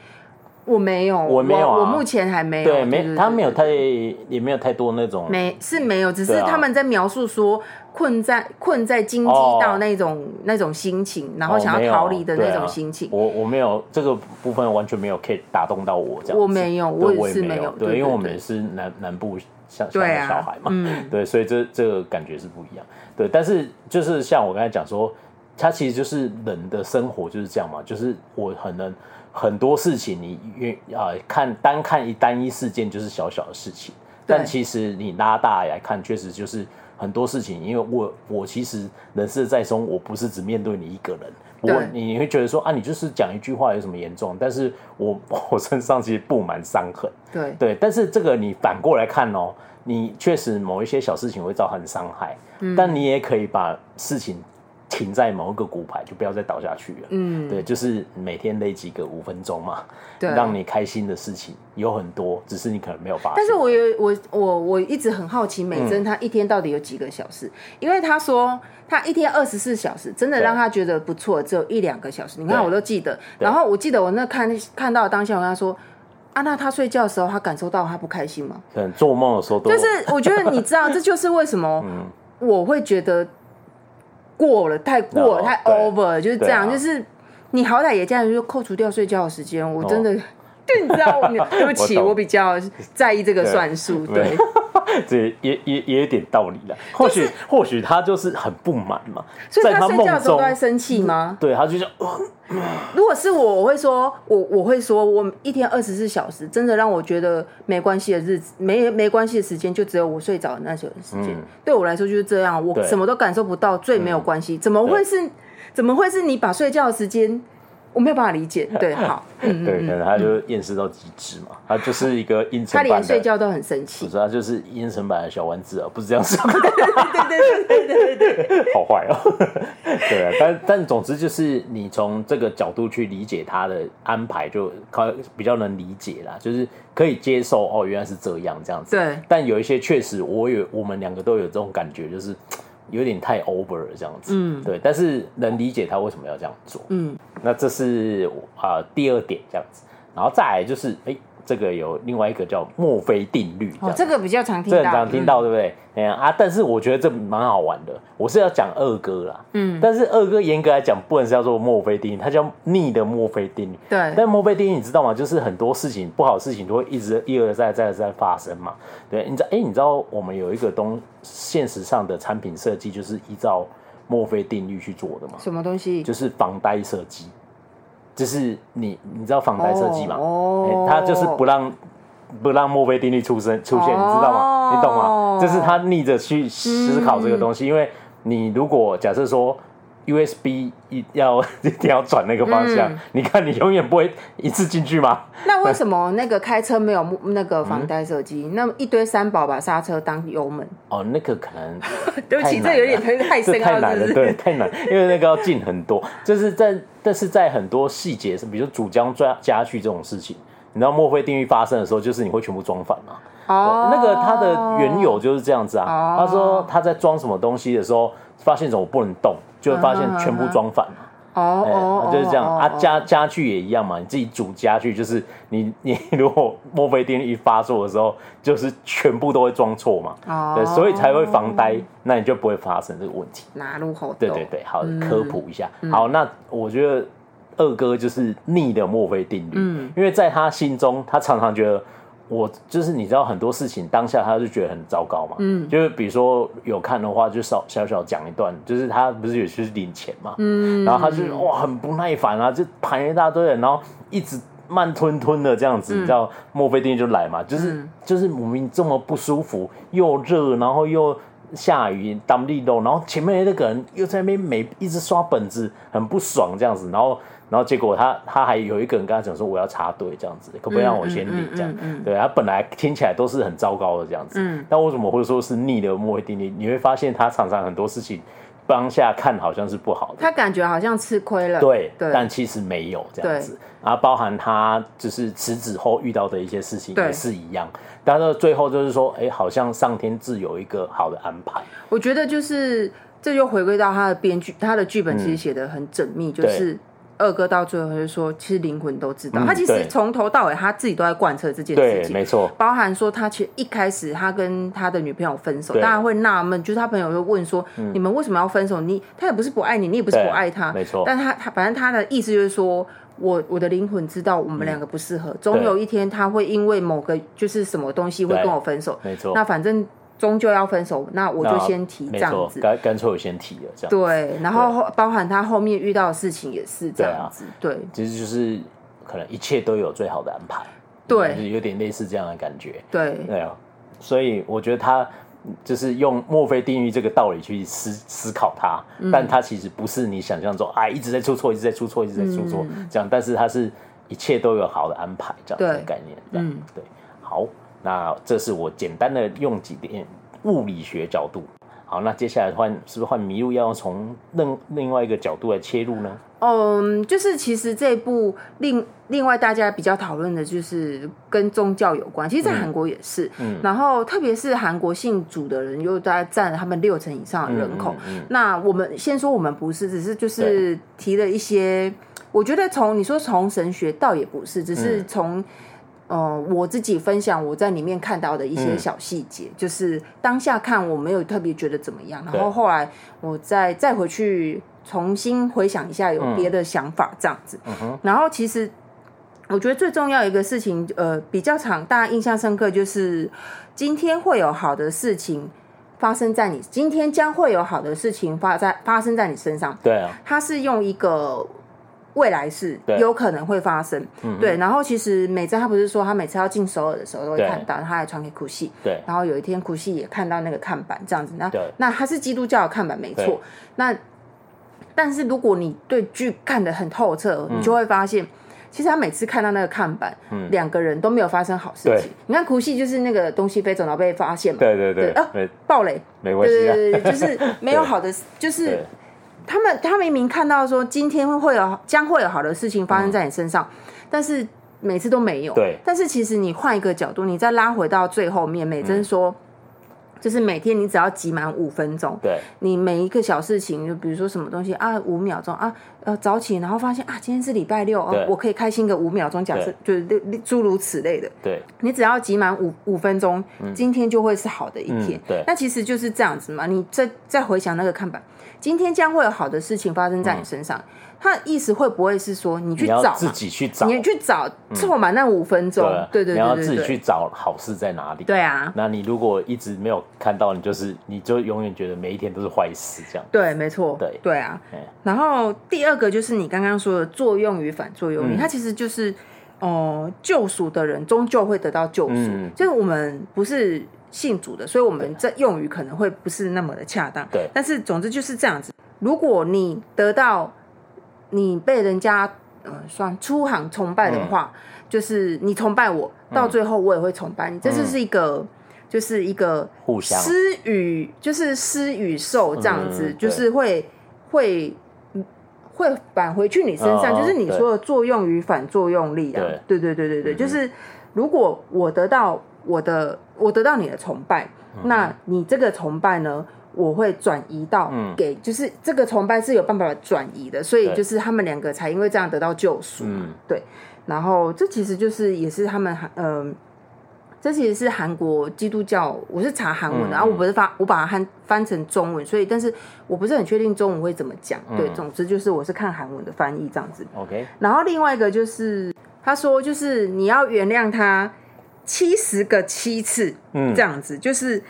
A: 我没有，
B: 我
A: 我
B: 没有啊
A: 我目前还没有，
B: *laughs* 对，
A: 对
B: 没
A: 对
B: 他没有
A: 对
B: 太也没有太多那种
A: 没是没有，只
B: 对
A: 是
B: 啊
A: 他们在描述说困在困在经济
B: 哦
A: 到那种、那种心情，然后
B: 哦
A: 想要
B: 没有
A: 逃离的
B: 对
A: 那种
B: 啊
A: 心情。
B: 我我没有这个部分完全没有可以打动到我这样子，
A: 我没有
B: 对
A: 我也
B: 我也
A: 是
B: 没
A: 没有对
B: 对，因为
A: 对
B: 我们
A: 对
B: 也是南南部乡乡
A: 对
B: 下
A: 啊
B: 小孩嘛，
A: 嗯
B: 对，所以这这个感觉是不一样，对，但是就是像我刚才讲说，它其实就是人的生活就是这样嘛，就是我很能很多事情你愿啊、看单看一单一事件就是小小的事情，
A: 对
B: 但其实你拉大来看，确实就是很多事情，因为我我其实人事在中，我不是只面对你一个人。
A: 对
B: 我你你会觉得说啊，你就是讲一句话有什么严重？但是我 *laughs* 我身上其实布满伤痕，
A: 对
B: 对，但是这个你反过来看哦，你确实某一些小事情会造成伤害，
A: 嗯
B: 但你也可以把事情停在某一个骨牌，就不要再倒下去了。
A: 嗯
B: 对，就是每天累积个五分钟嘛，
A: 对
B: 让你开心的事情有很多，只是你可能没有发现。
A: 但是我有我我我一直很好奇美
B: 嗯
A: 珍她一天到底有几个小时，因为她说她一天二十四小时，真的
B: 对
A: 让她觉得不错，只有一两个小时。你看
B: 对
A: 我都记得，然后我记得我那看看到当下，我跟她说。啊，那她睡觉的时候，她感受到她不开心吗？
B: 可能做梦的时候都
A: 就是我觉得你知道，这就是为什
B: *laughs*
A: 么
B: 嗯
A: 我会觉得过了太过了
B: 哦
A: 太
B: 对
A: over 了就是这样，
B: 对啊
A: 就是你好歹也这样，就扣除掉睡觉的时间，我真的。 *laughs* 对，你知道，我对不起，
B: 啊 *laughs* 我懂
A: 我比较在意这个
B: 对
A: 算术，
B: 对
A: 对，
B: 这也也也有点道理了。或许、或许他就是很不满嘛，
A: 所以
B: 在
A: 他睡
B: 梦
A: 觉的时候
B: 中
A: 都，在生气吗？
B: 对他就哦像哇
A: 如果是我，我会说，我我会说，我一天二十四小时，真的让我觉得没关系的日子，没没关系的时间，就只有我睡着的那些时间。
B: 嗯
A: 对我来说就是这样，我
B: 对嗯
A: 什么都感受不到，最没有关系。怎么会是？怎么会是你把睡觉的时间？我没有办法理解。
B: *laughs*
A: 对，好，嗯，
B: 对，可能他就厌世到极致嘛，他就是一个阴
A: 他
B: 沉版的。
A: 连睡觉都很生
B: 不 *laughs*
A: 气。
B: 是，他就是阴沉版的小丸子啊， *laughs* 不是这样说，
A: 对对对对对对，
B: 好坏哦。对啊，但但总之就是你从这个角度去理解他的安排，就靠比较能理解啦，就是可以接受哦，原来是这样这样子。
A: 对
B: 但有一些确实，我有我们两个都有这种感觉，就是嘖有点太 over 了这样子。嗯，对，但是能理解他为什么要这样做。
A: 嗯，
B: 那这是啊、呃第二点这样子，然后再来就是哎、这个有另外一个叫墨菲定律这
A: 哦
B: 样，子。
A: 这个比较常听到，
B: 这
A: 嗯
B: 很常听到，对不对？哎呀啊，但是我觉得这蛮好玩的。我是要讲二哥啦，嗯，但是二哥严格来讲不能叫做墨菲定律，它叫逆的墨菲定律。
A: 对
B: 但墨菲定律你知道吗？就是很多事情不好的事情都会一直一而再再而三发生嘛。对，你知道？哎，你知道我们有一个东现实上的产品设计就是依照墨菲定律去做的嘛
A: 嗯，什么东西？
B: 就是房贷设计，就是你你知道房贷设计嘛？
A: 哦
B: 欸他就是不让不让墨菲定律出生出现，
A: 哦
B: 你知道吗？你懂吗？就是他逆着去思考这个东
A: 嗯
B: 西，因为你如果假设说 USB 一要 *laughs* 一定要转那个方
A: 嗯
B: 向，你看你永远不会一次进去吗？
A: 那为什么那个开车没有木那个防呆设计？那么一堆三宝把刹车当油门？
B: 哦，那个可
A: *laughs*
B: 能
A: 对不起
B: 太难
A: 这有点太
B: 了
A: 太
B: 这
A: 深奥
B: *laughs* 太难
A: 是不
B: 了，
A: 是
B: 对，太难，因为那个要进很多，就是在但是在很多细节上，比如说主将加加去这种事情，你知道墨菲定律发生的时候，就是你会全部装反嘛、
A: 哦，
B: 那个他的缘由就是这样子
A: 哦
B: 啊，他说他在装什么东西的时候，发现怎么不能动，就发现全部装反了。
A: 哦
B: 哎
A: 哦，
B: 就是这样
A: 哦
B: 啊。
A: 哦
B: 家家具也一样嘛，你自己煮家具，就是你你如果墨菲定律一发作的时候，就是全部都会装错嘛。
A: 哦
B: 对，所以才会防呆，那你就不会发生这个问题。
A: 哪哦路猴
B: 对
A: 斗？
B: 对对，
A: 嗯
B: 好，科普一下。好，那我觉得二哥就是逆的墨菲定律，
A: 嗯
B: 因为在他心中，他常常觉得。我就是你知道很多事情当下他就觉得很糟糕嘛，
A: 嗯
B: 就是比如说有看的话，就少小小讲一段，就是他不是有去领钱嘛，
A: 嗯，
B: 然后他就是哇很不耐烦啊，就排一大堆人，然后一直慢吞吞的这样子，你知道墨菲定律就来嘛，就是、
A: 嗯
B: 就是我们这么不舒服，又热，然后又下雨，当地漏，然后前面那个人又在那边每一直刷本子，很不爽这样子，然后然后结果他他还有一个人跟他讲说我要插队这样子，可不可以让我先领
A: 嗯嗯嗯
B: 这样？
A: 嗯
B: 对他本来听起来都是很糟糕的这样子，
A: 嗯
B: 但为什么会说是逆的墨菲定律？你会发现他常常很多事情当下看好像是不好的，
A: 他感觉好像吃亏了。
B: 对，
A: 对
B: 但其实没有这样
A: 对
B: 子。然后包含他就是辞职后遇到的一些事情
A: 对
B: 也是一样，但是最后就是说，哎，好像上天自有一个好的安排。
A: 我觉得就是这就回归到他的编剧，他的剧本其实写的很缜
B: 嗯
A: 密，就是二哥到最后就说，其实灵魂都知道，
B: 嗯
A: 他其实
B: 对
A: 从头到尾他自己都在贯彻这件
B: 对
A: 事，情。
B: 没错，
A: 包含说，他其实一开始他跟他的女朋友分手，
B: 对嗯
A: 大家会纳闷，就是他朋友会问说：“你们为什么要分手？你他也不是不爱你，你也不是
B: 对
A: 不爱他。”
B: 没错
A: 但他他反正他的意思就是说，我我的灵魂知道我们两个不适合，终有一天他会因为某个就是什么东西会
B: 对
A: 跟我分手。
B: 没错。
A: 那反正终究要分手，那我就
B: 那
A: 先提这
B: 没
A: 样
B: 错
A: 子。
B: 干干脆我先提了这样。
A: 对，然后后包含他后面遇到的事情也是这
B: 对
A: 样
B: 啊
A: 子。对
B: 其实就是可能一切都有最好的安排，
A: 对
B: 就是有点类似这样的感觉，
A: 对
B: 对啊，所以我觉得他就是用墨菲定律这个道理去思思考它，
A: 嗯
B: 但它其实不是你想象中啊一直在出错，一直在出错，一直在出错、这样，但是它是一切都有好的安排这样子的
A: 嗯对嗯
B: 概念，这样对，好，那这是我简单的用几点物理学角度。好，那接下来换是不是换麋鹿要从另另外一个角度来切入呢？
A: 嗯，就是其实这一部另另外大家比较讨论的就是跟宗教有关，其实，在韩国也是。嗯，然后特别是韩国信主的人，又大概占了他们六成以上的啊人口。
B: 嗯嗯嗯
A: 那我们先说我们不是，只是就是提了一些，我觉得从你说从神学倒也不是，只是从。呃，我自己分享我在里面看到的一些小细节，就是当下看我没有特别觉得怎么样，然后后来我再再回去重新回想一下，有别的想法这样子。然后其实我觉得最重要一个事情，呃，比较常大家印象深刻就是今天会有好的事情发生在你，今天将会有好的事情发在发生在你身上。
B: 对啊，
A: 它是用一个未来式
B: 对嗯
A: 有可能会发生，对。然后其实美珍她不是说她每次要进首尔的时候都会
B: 对
A: 看到，她还传给库西。
B: 对，
A: 然后有一天库西也看到那个看板这样子，那
B: 对
A: 那他是基督教的看板没
B: 对
A: 错，那但是如果你对剧看得很透彻，
B: 嗯
A: 你就会发现。其实他每次看到那个看板，两个人都没有发生好事
B: 对
A: 情。你看，库西就是那个东西飞走，然后被发现嘛，
B: 对对对，
A: 啊
B: 没
A: 暴雷，
B: 没关系啊。
A: 对对对对，就是没有好的，就是
B: 对
A: 他们他明明看到说今天会有将会有好的事情发生在你身上，但是每次都没有。
B: 嗯对
A: 但是其实你换一个角度，你再拉回到最后面，美珍说。
B: 嗯
A: 就是每天你只要挤满五分钟，
B: 对
A: 你每一个小事情，就比如说什么东西啊，五秒钟啊，呃，早起，然后发现啊，今天是礼拜六哦
B: 对，
A: 我可以开心个五秒钟，假设就是类类诸如此类的，
B: 对
A: 你只要集满五五分钟，今天就会是好的一天。
B: 嗯对
A: 那其实就是这样子嘛。你再再回想那个看板，今天将会有好的事情发生在你身上。他的意思会不会是说你去
B: 嗯你要
A: 找
B: 自
A: 嘛？
B: 己去找，嗯啊
A: 你去找凑满那五分钟？对对
B: 你要
A: 对
B: 自
A: 对
B: 己
A: 对，
B: 去找好事在哪里。
A: 对啊，
B: 那你如果一直没有看到，你就是你就永远觉得每一天都是坏事这样。
A: 对，没错，
B: 对
A: 啊
B: 嗯。
A: 然后第二个就是你刚刚说的作用与反作
B: 嗯
A: 用力，它其实就是哦、呃救赎的人终究会得到救赎，
B: 嗯
A: 就是我们不是信主的，所以我们这用语可能会不是那么的恰当。
B: 对
A: 但是总之就是这样子。如果你得到你被人家嗯、呃算出行崇拜的
B: 嗯
A: 话，就是你崇拜我，到最后我也会崇拜你，这
B: 嗯
A: 就是一个。就是一个
B: 互相
A: 施与就是施与受这样子，
B: 嗯
A: 就
B: 对
A: 是会会会返回去你身上，
B: 哦
A: 就是你说的作用与反作用力啊。对对对
B: 嗯
A: 对对，就是如果我得到我的我得到你的崇拜，
B: 嗯
A: 那你这个崇拜呢？我会转移到给，就是这个崇拜是有办法转移的，所以
B: 嗯对
A: 就是他们两个才因为这样得到救赎嘛。
B: 嗯
A: 对，然后这其实就是也是他们韩嗯、这其实是韩国基督教，我是查韩文的，然啊后我不是发我把它翻翻成中文，所以但是我不是很确定中文会怎么讲。对，总之就是我是看韩文的翻译这样子。
B: OK，
A: 然后另外一个就是他说，就是你要原谅他七十个七次，
B: 嗯
A: 这样子就是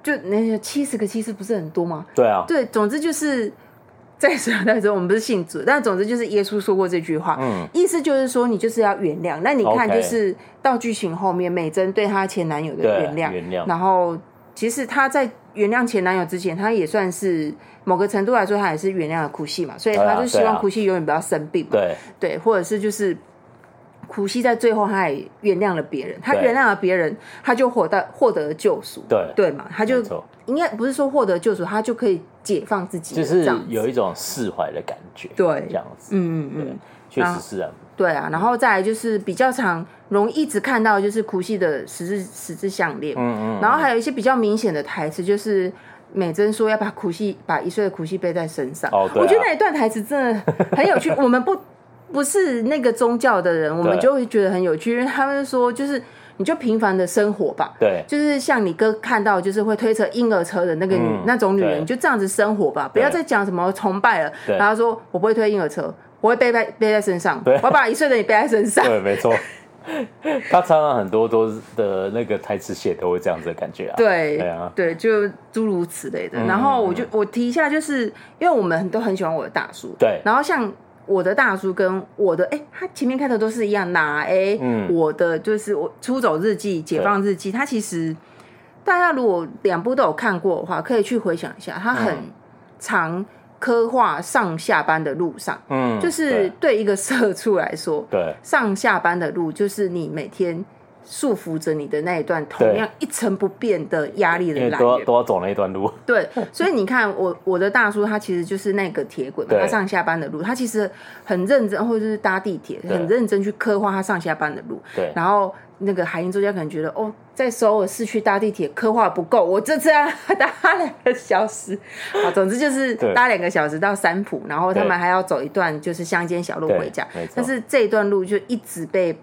A: 就那七十个七次不是很多吗？
B: 对啊，
A: 对，总之就是在水时代中，我们不是信主，但总之就是耶稣说过这句话，意思就是说你就是要原谅。那你看，
B: 嗯 OK
A: 就是到剧情后面，美珍对她前男友的
B: 对
A: 原谅，
B: 原谅
A: 然后其实她在原谅前男友之前，她也算是某个程度来说，她也是原谅了哭戏嘛，所以
B: 对啊
A: 她就希
B: 对
A: 望
B: 啊
A: 哭戏永远不要生病嘛，
B: 对
A: 对，或者是就是。苦西在最后他也原谅了别人，他
B: 对
A: 原谅了别人，他就获得获得了救赎，
B: 对
A: 对嘛？他就
B: 没错
A: 应该不是说获得救赎，他就可以解放自己
B: 就
A: 了，
B: 是
A: 这样子
B: 有一种释怀的感觉，
A: 对
B: 这样子，
A: 嗯嗯嗯。
B: 确实是啊，
A: 对啊，然后再来就是比较常容易一直看到的就是苦西的十字十字项链，
B: 嗯嗯，
A: 然后还有一些比较明显的台词，就是美珍说要把苦西把一岁的苦西背在身上。
B: 哦对啊
A: 我觉得那一段台词真的很有
B: *laughs*
A: 趣。我们不不是那个宗教的人，我们
B: 对
A: 就会觉得很有趣，因为他们说就是你就平凡的生活吧。 *laughs*
B: 对
A: 就是像你哥看到，就是会推着婴儿车的那个女、
B: 嗯
A: 那种女
B: 对
A: 人，你就这样子生活吧，不要再讲什么崇拜了。
B: 对
A: 然后说我不会推婴儿车，我会背在背在身上，
B: 对
A: 我要把一岁的你背在身上。
B: 对，没错。他常常很多都是的那个台词写都会这样子的感觉啊，
A: 对
B: 对啊
A: 就诸如此类的。
B: 嗯
A: 然后我就我提一下，就是因为我们都很喜欢我的大叔，
B: 对
A: 然后像我的大叔跟我的，哎，他前面开头都是一样，哪哎，
B: 嗯
A: 我的就是我出走日记、解放日记，他其实大家如果两部都有看过的话，可以去回想一下，他很
B: 嗯
A: 常刻画上下班的路上，
B: 嗯，
A: 就是对一个社畜来说，
B: 对对
A: 上下班的路，就是你每天束缚着你的那一段同样一成不变的压力
B: 因
A: 的
B: 为
A: 来
B: 都要
A: 源。
B: 都要走那一段路， *laughs*
A: 对，所以你看，我我的大叔他其实就是那个铁轨嘛，
B: 对
A: 他上下班的路，他其实很认真，或者是搭地铁，
B: 对
A: 很认真去刻画他上下班的路。
B: 对
A: 然后那个海英作家可能觉得，哦，在首尔市区搭地铁刻画不够，我这次要搭两个小时。 *laughs* 好，总之就是
B: 对
A: 搭两个小时到三浦，然后他
B: 对
A: 们还要走一段就是乡间小路
B: 对
A: 回家
B: 没错。
A: 但是这一段路就一直被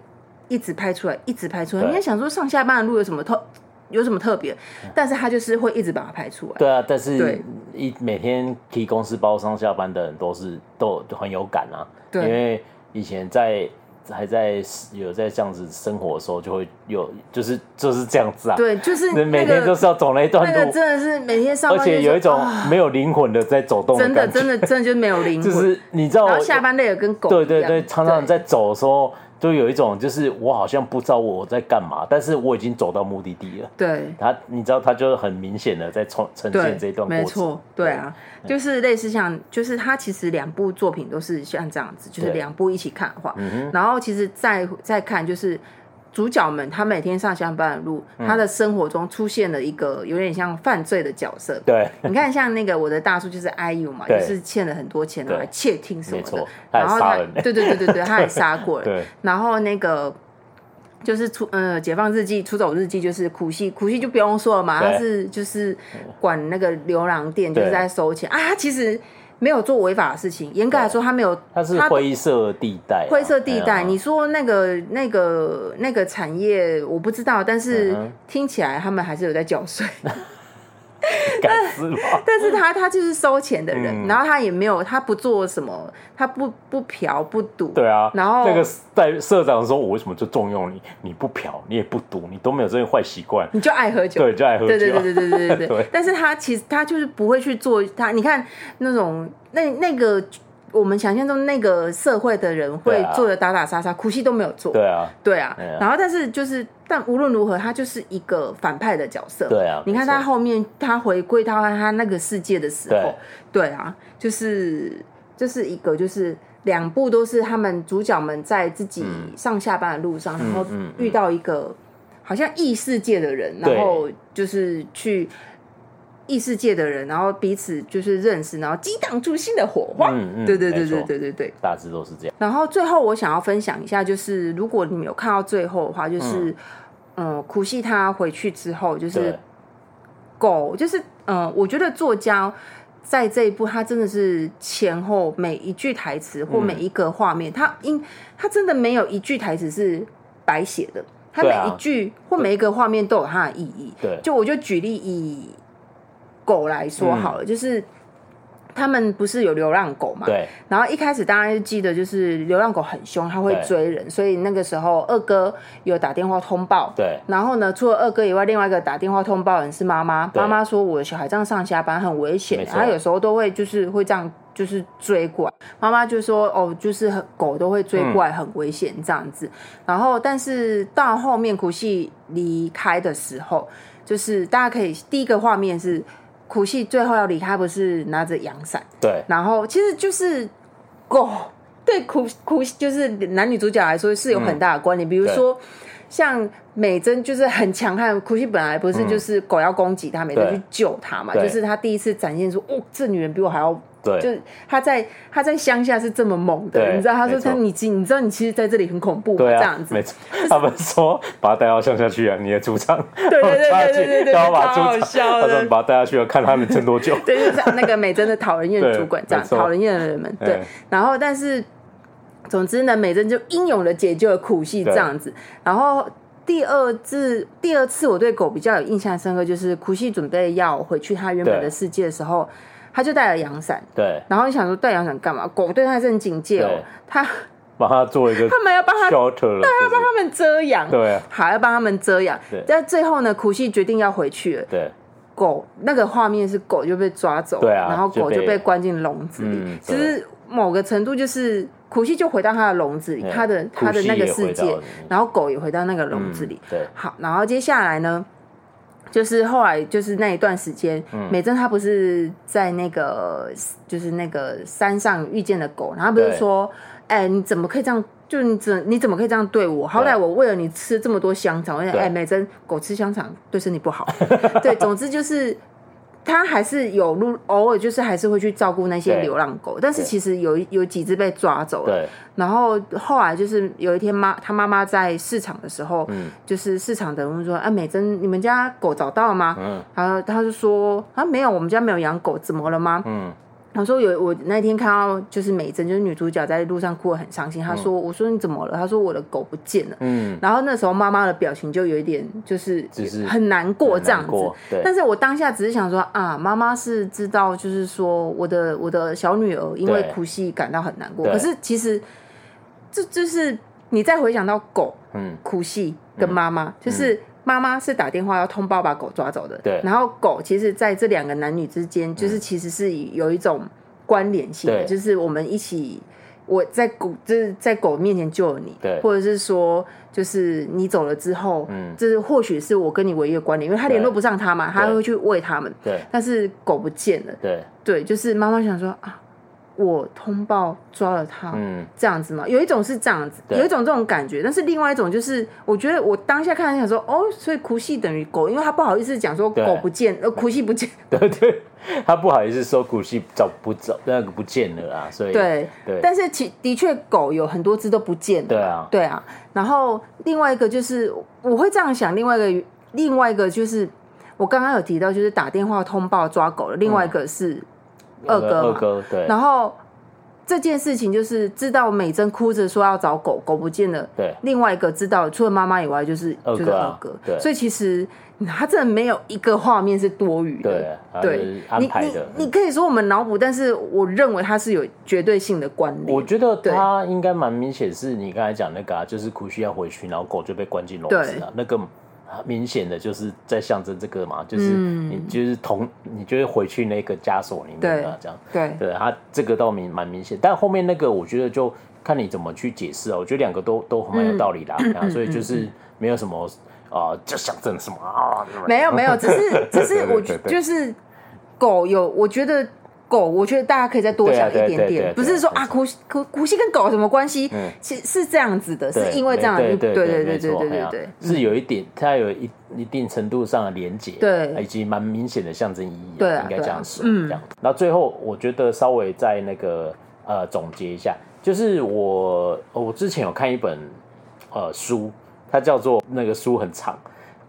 A: 一直拍出来，一直拍出来。
B: 对
A: 你在想说上下班的路有什么特有什么特别？
B: 嗯
A: 但是他就是会一直把它拍出来。
B: 对啊，但是
A: 对
B: 一每天提公司包上下班的人都是都都很有感啊，
A: 对
B: 因为以前在还在有在这样子生活的时候，就会有就是就是这样子啊，，
A: 对，就是那个
B: 每天都是要走那一段
A: 那个
B: 路，
A: 真的是每天上
B: 而
A: 班，
B: 且有一种没有灵魂的在走动
A: 啊真的
B: 感觉，
A: 真的真的就是没有灵
B: 就
A: 魂。
B: 是你知道
A: 然
B: 我
A: 后下班累得跟狗一
B: 对
A: 样。
B: 对对，常常在走的时候，就有一种就是我好像不知道我在干嘛，但是我已经走到目的地了。
A: 对。
B: 他，你知道，他就很明显的在呈呈
A: 对
B: 现，这一段过
A: 没
B: 程。
A: 错，对啊，就是类似像，就是他其实两部作品都是像这样子，就是
B: 对嗯
A: 两部一起看的话，然后其实再再看就是。主角们，他每天上下班的路，
B: 嗯
A: 他的生活中出现了一个有点像犯罪的角色。
B: 对， *laughs*
A: 你看，像那个我的大叔就是 IU 嘛，
B: 对
A: 就是欠了很多钱
B: 对
A: 啊，还窃听什么
B: 没
A: 的
B: 错，他还
A: 然后
B: 杀
A: 他
B: 人，
A: *laughs* 对对对对对，他
B: *laughs*
A: 也杀过人
B: 对。
A: 然后那个就是出呃《解放日记》《出走日记》就是苦西，苦西就不用说了嘛，
B: 对
A: 他是就是管那个牛郎店，
B: 对
A: 就是在收钱啊。他其实没有做违法的事情，严格来说，他没有，
B: 它是灰色地带啊、
A: 灰色地
B: 哎
A: 带。
B: 呀
A: 你说那个那个那个产业，我不知道，但是
B: 嗯哼
A: 听起来他们还是有在缴税。
B: *laughs* 敢死吧？
A: 但是他他就是收钱的人，
B: 嗯
A: 然后他也没有，他不做什么，他不不嫖不赌，
B: 对啊，
A: *laughs* 然后
B: 那个代社长说：“我为什么就重用你？你不嫖，你也不赌，你都没有这些坏习惯，
A: 你就爱喝酒，
B: 对，就爱喝酒。”
A: 对对对对对对对
B: 对
A: 对。但是他其实他就是不会去做他，你看那种那那个我们想象中那个社会的人
B: 对
A: 会
B: 啊
A: 做的打打杀杀，哭泣都没有做。
B: 对啊，
A: 对啊
B: 对啊，
A: 然后但是就是，但无论如何，他就是一个反派的角色。
B: 对啊
A: 你看
B: 没错
A: 他后面他回归到他那个世界的时候，对啊，就是就是一个就是两部都是他们主角们在自己上下班的路上，然后
B: 嗯嗯嗯
A: 遇到一个好像异世界的人，
B: 对
A: 然后就是去。异世界的人，然后彼此就是认识，然后激荡出新的火花。
B: 嗯嗯
A: 对对对
B: 没错
A: 对对对对。
B: 大致都是这样。
A: 然后最后我想要分享一下，就是如果你们有看到最后的话，就是嗯，苦西他回去之后，就是
B: 对，
A: 狗，就是嗯，我觉得作家。在这一部，他真的是前后每一句台词或
B: 嗯
A: 每一个画面，他因他真的没有一句台词是白写的，他
B: 对
A: 每
B: 啊
A: 一句或每一个画面都有它的意义。
B: 对
A: 就我就举例以狗来说
B: 嗯
A: 好了，就是他们不是有流浪狗嘛，
B: 对，
A: 然后一开始大家就记得，就是流浪狗很凶，它会
B: 对
A: 追人，所以那个时候二哥有打电话通报。
B: 对，
A: 然后呢，除了二哥以外，另外一个打电话通报的人是妈妈。
B: 对
A: 妈妈说我的小孩这样上下班很危险
B: 没，错
A: 她有时候都会就是会这样就是追过来。妈妈就说哦，就是很狗都会追过来，很危险这样
B: 嗯
A: 子。然后，但是到后面苦戏离开的时候，就是大家可以第一个画面是苦戏最后要离开，不是拿着阳伞。
B: 对，
A: 然后其实就是狗对苦苦就是男女主角来说是有很大的关联，比如
B: 嗯
A: 说。像美珍就是很强悍，哭泣本来不是就是狗要攻击她，美珍
B: 对
A: 去救她嘛，
B: 对
A: 就是她第一次展现出，哦，这女人比我还要，
B: 对
A: 就是她在她在乡下是这么猛的，
B: 对
A: 你知道，她说
B: 没错
A: 她你其你知道你其实在这里很恐怖嘛，
B: 对
A: 这
B: 啊
A: 样，子，
B: 没错，他们说把他带到乡下去啊，你的主场，
A: *laughs* 对对
B: *laughs*
A: 对对对对对
B: 然后把
A: 超
B: 猪
A: 好
B: 场，
A: 笑
B: 他
A: 的
B: 说把他带下去啊，看他们撑
A: *laughs*
B: 多久。
A: 对，就是那个美珍的讨人厌的
B: 对
A: 主管这样，
B: 没错
A: 讨人厌的人们对
B: 哎。
A: 然后，但是总之呢，美珍就英勇的解救了苦戏这样子。然后第二次，第二次我对狗比较有印象深刻，就是苦戏准备要回去他原本
B: 对
A: 的世界的时候，他就带了阳伞。
B: 对，
A: 然后你想说带阳伞干嘛？狗对他是很警戒哦
B: 对，
A: 他
B: 帮他做一个
A: 他们要帮他，
B: shelter 了，就是
A: 帮他们遮阳，
B: 对啊
A: 好要帮他们遮阳
B: 对。
A: 但最后呢，苦戏决定要回去了，
B: 对
A: 狗那个画面是狗就被抓走，
B: 对啊
A: 然后狗
B: 就被
A: 就被关进笼子里。
B: 嗯
A: 其实某个程度就是苦西就回到他的笼子里，
B: 嗯
A: 他的他的那个世
B: 苦西也回
A: 界
B: 到了，
A: 然后狗也回到那个笼
B: 嗯
A: 子里。
B: 对
A: 好，然后接下来呢，就是后来就是那一段时间，
B: 嗯
A: 美珍她不是在那个就是那个山上遇见了狗，然后她不是
B: 对
A: 说，哎、你怎么可以这样？就你怎你怎么可以这样对我？好歹我为了你吃这么多香肠，我想
B: 对
A: 哎、美珍狗吃香肠对身体不
B: *laughs*
A: 好。对，总之就是他还是有路，偶尔就是还是会去照顾那些
B: 对
A: 流浪狗，但是
B: 对
A: 其实有一有几只被抓走了。
B: 对
A: 然后后来就是有一天妈他妈妈在市场的时候，
B: 嗯
A: 就是市场的人问说：“啊，美珍，你们家狗找到了吗？”
B: 嗯
A: 然后他就说：“啊，没有，我们家没有养狗，怎么了吗？”
B: 嗯
A: 他说有我那天看到就是美珍，就是女主角在路上哭得很伤心。她说：“我说你怎么了？”她说：“我的狗不见了。”
B: 嗯，
A: 然后那时候妈妈的表情就有一点就是
B: 就是
A: 很难过嗯
B: 很
A: 这样
B: 难
A: 子
B: 过，对
A: 但是我当下只是想说啊，妈妈是知道，就是说我的我的小女儿因为
B: 对
A: 哭戏感到很难过，
B: 对
A: 可是其实这就是你再回想到狗
B: 嗯
A: 哭戏跟妈妈，就是。妈妈是打电话要通报把狗抓走的，
B: 对嗯
A: 然后狗其实在这两个男女之间，就是其实是有一种关联性的，
B: 对
A: 就是我们一起我在狗就是在狗面前救了你，
B: 对
A: 或者是说就是你走了之后，
B: 嗯
A: 就是或许是我跟你唯一的关联，因为他联络不上他嘛，他会去喂他们，
B: 对
A: 但是狗不见了，
B: 对
A: 对，就是妈妈想说啊，我通报抓了他，
B: 嗯
A: 这样子嘛，有一种是这样子，
B: 对
A: 有一种这种感觉，但是另外一种就是，我觉得我当下看想说，哦，所以哭戏等于狗，因为他不好意思讲说
B: 对
A: 狗不见，呃，哭戏不见，
B: 对 *laughs* 对，他不好意思说古戏找不找那个不见了啦，所以
A: 对，
B: 对
A: 但是其的确狗有很多只都不见了，
B: 对啊
A: 对啊。然后另外一个就是我会这样想，另外一个另外一个就是我刚刚有提到，就是打电话通报抓狗了，另外一个是二哥嘛，
B: 嗯二哥对
A: 然后这件事情就是知道美珍哭着说要找狗，狗不见了。
B: 对
A: 另外一个知道除了妈妈以外就是
B: 二哥啊
A: 就是二哥，
B: 对
A: 所以其实他真的没有一个画面是多余的
B: 对。啊他
A: 对
B: 是，安
A: 你
B: 排
A: 你
B: 的
A: 你可以说我们脑补，但是我认为它是有绝对性的关
B: 我
A: 联。
B: 觉得他应该蛮明显，是你刚才讲那个啊，就是苦需要回去，然后狗就被关进笼子啊，那个明显的就是在象征这个嘛，就是
A: 嗯
B: 你就是同你就是回去那个枷锁里面啊，这样。
A: 对
B: 对他这个倒明蛮明显，但后面那个我觉得就看你怎么去解释啊。我觉得两个都都蛮有道理啦，啊，所以就是没有什么啊、呃就想整什么啊，
A: 没有没有，只
B: *laughs*
A: 是只是我
B: 对对对
A: 就是狗有，我觉得狗，我觉得大家可以再多想一
B: 对啊对
A: 点
B: 对对
A: 点，
B: 对
A: 不是说啊，苦苦苦戏跟狗有什么关系
B: 嗯？
A: 是是这样子的，是
B: 对
A: 因为这样，
B: 对
A: 对
B: 对
A: 对对
B: 没
A: 对对
B: 错哎
A: 对嗯
B: 呀
A: 对。
B: 是有一点，它有一一定程度上的连结，
A: 对
B: 以及蛮明显的象征意义啊，
A: 对啊
B: 应该这样说，
A: 对啊嗯
B: 这样。那最后我觉得稍微再那个呃总结一下，就是我呃我之前有看一本呃书，它叫做那个书很长，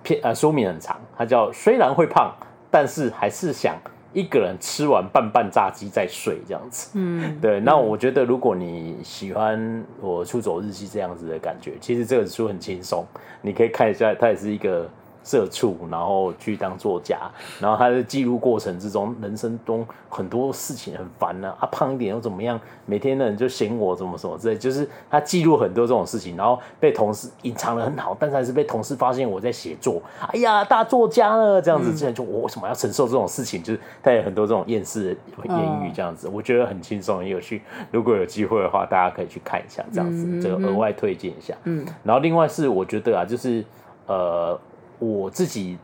B: 片呃书名很长，它叫虽然会胖，但是还是想一个人吃完半半炸鸡再睡这样子，
A: 嗯，
B: 对，那我觉得如果你喜欢我出走日记这样子的感觉，其实这本书很轻松，你可以看一下，它也是一个社畜，然后去当作家，然后他的记录过程之中，人生中很多事情很烦啊，啊胖一点又怎么样？每天的人就嫌我怎么什么之类，就是他记录很多这种事情，然后被同事隐藏的很好，但是还是被同事发现我在写作，哎呀，大作家了这样子，之前就我为什么要承受这种事情？就是他有很多这种厌世的言语这样子，我觉得很轻松很有趣。如果有机会的话，大家可以去看一下这样子，这个额外推荐一下。嗯，然后另外是我觉得啊，就是呃，我自己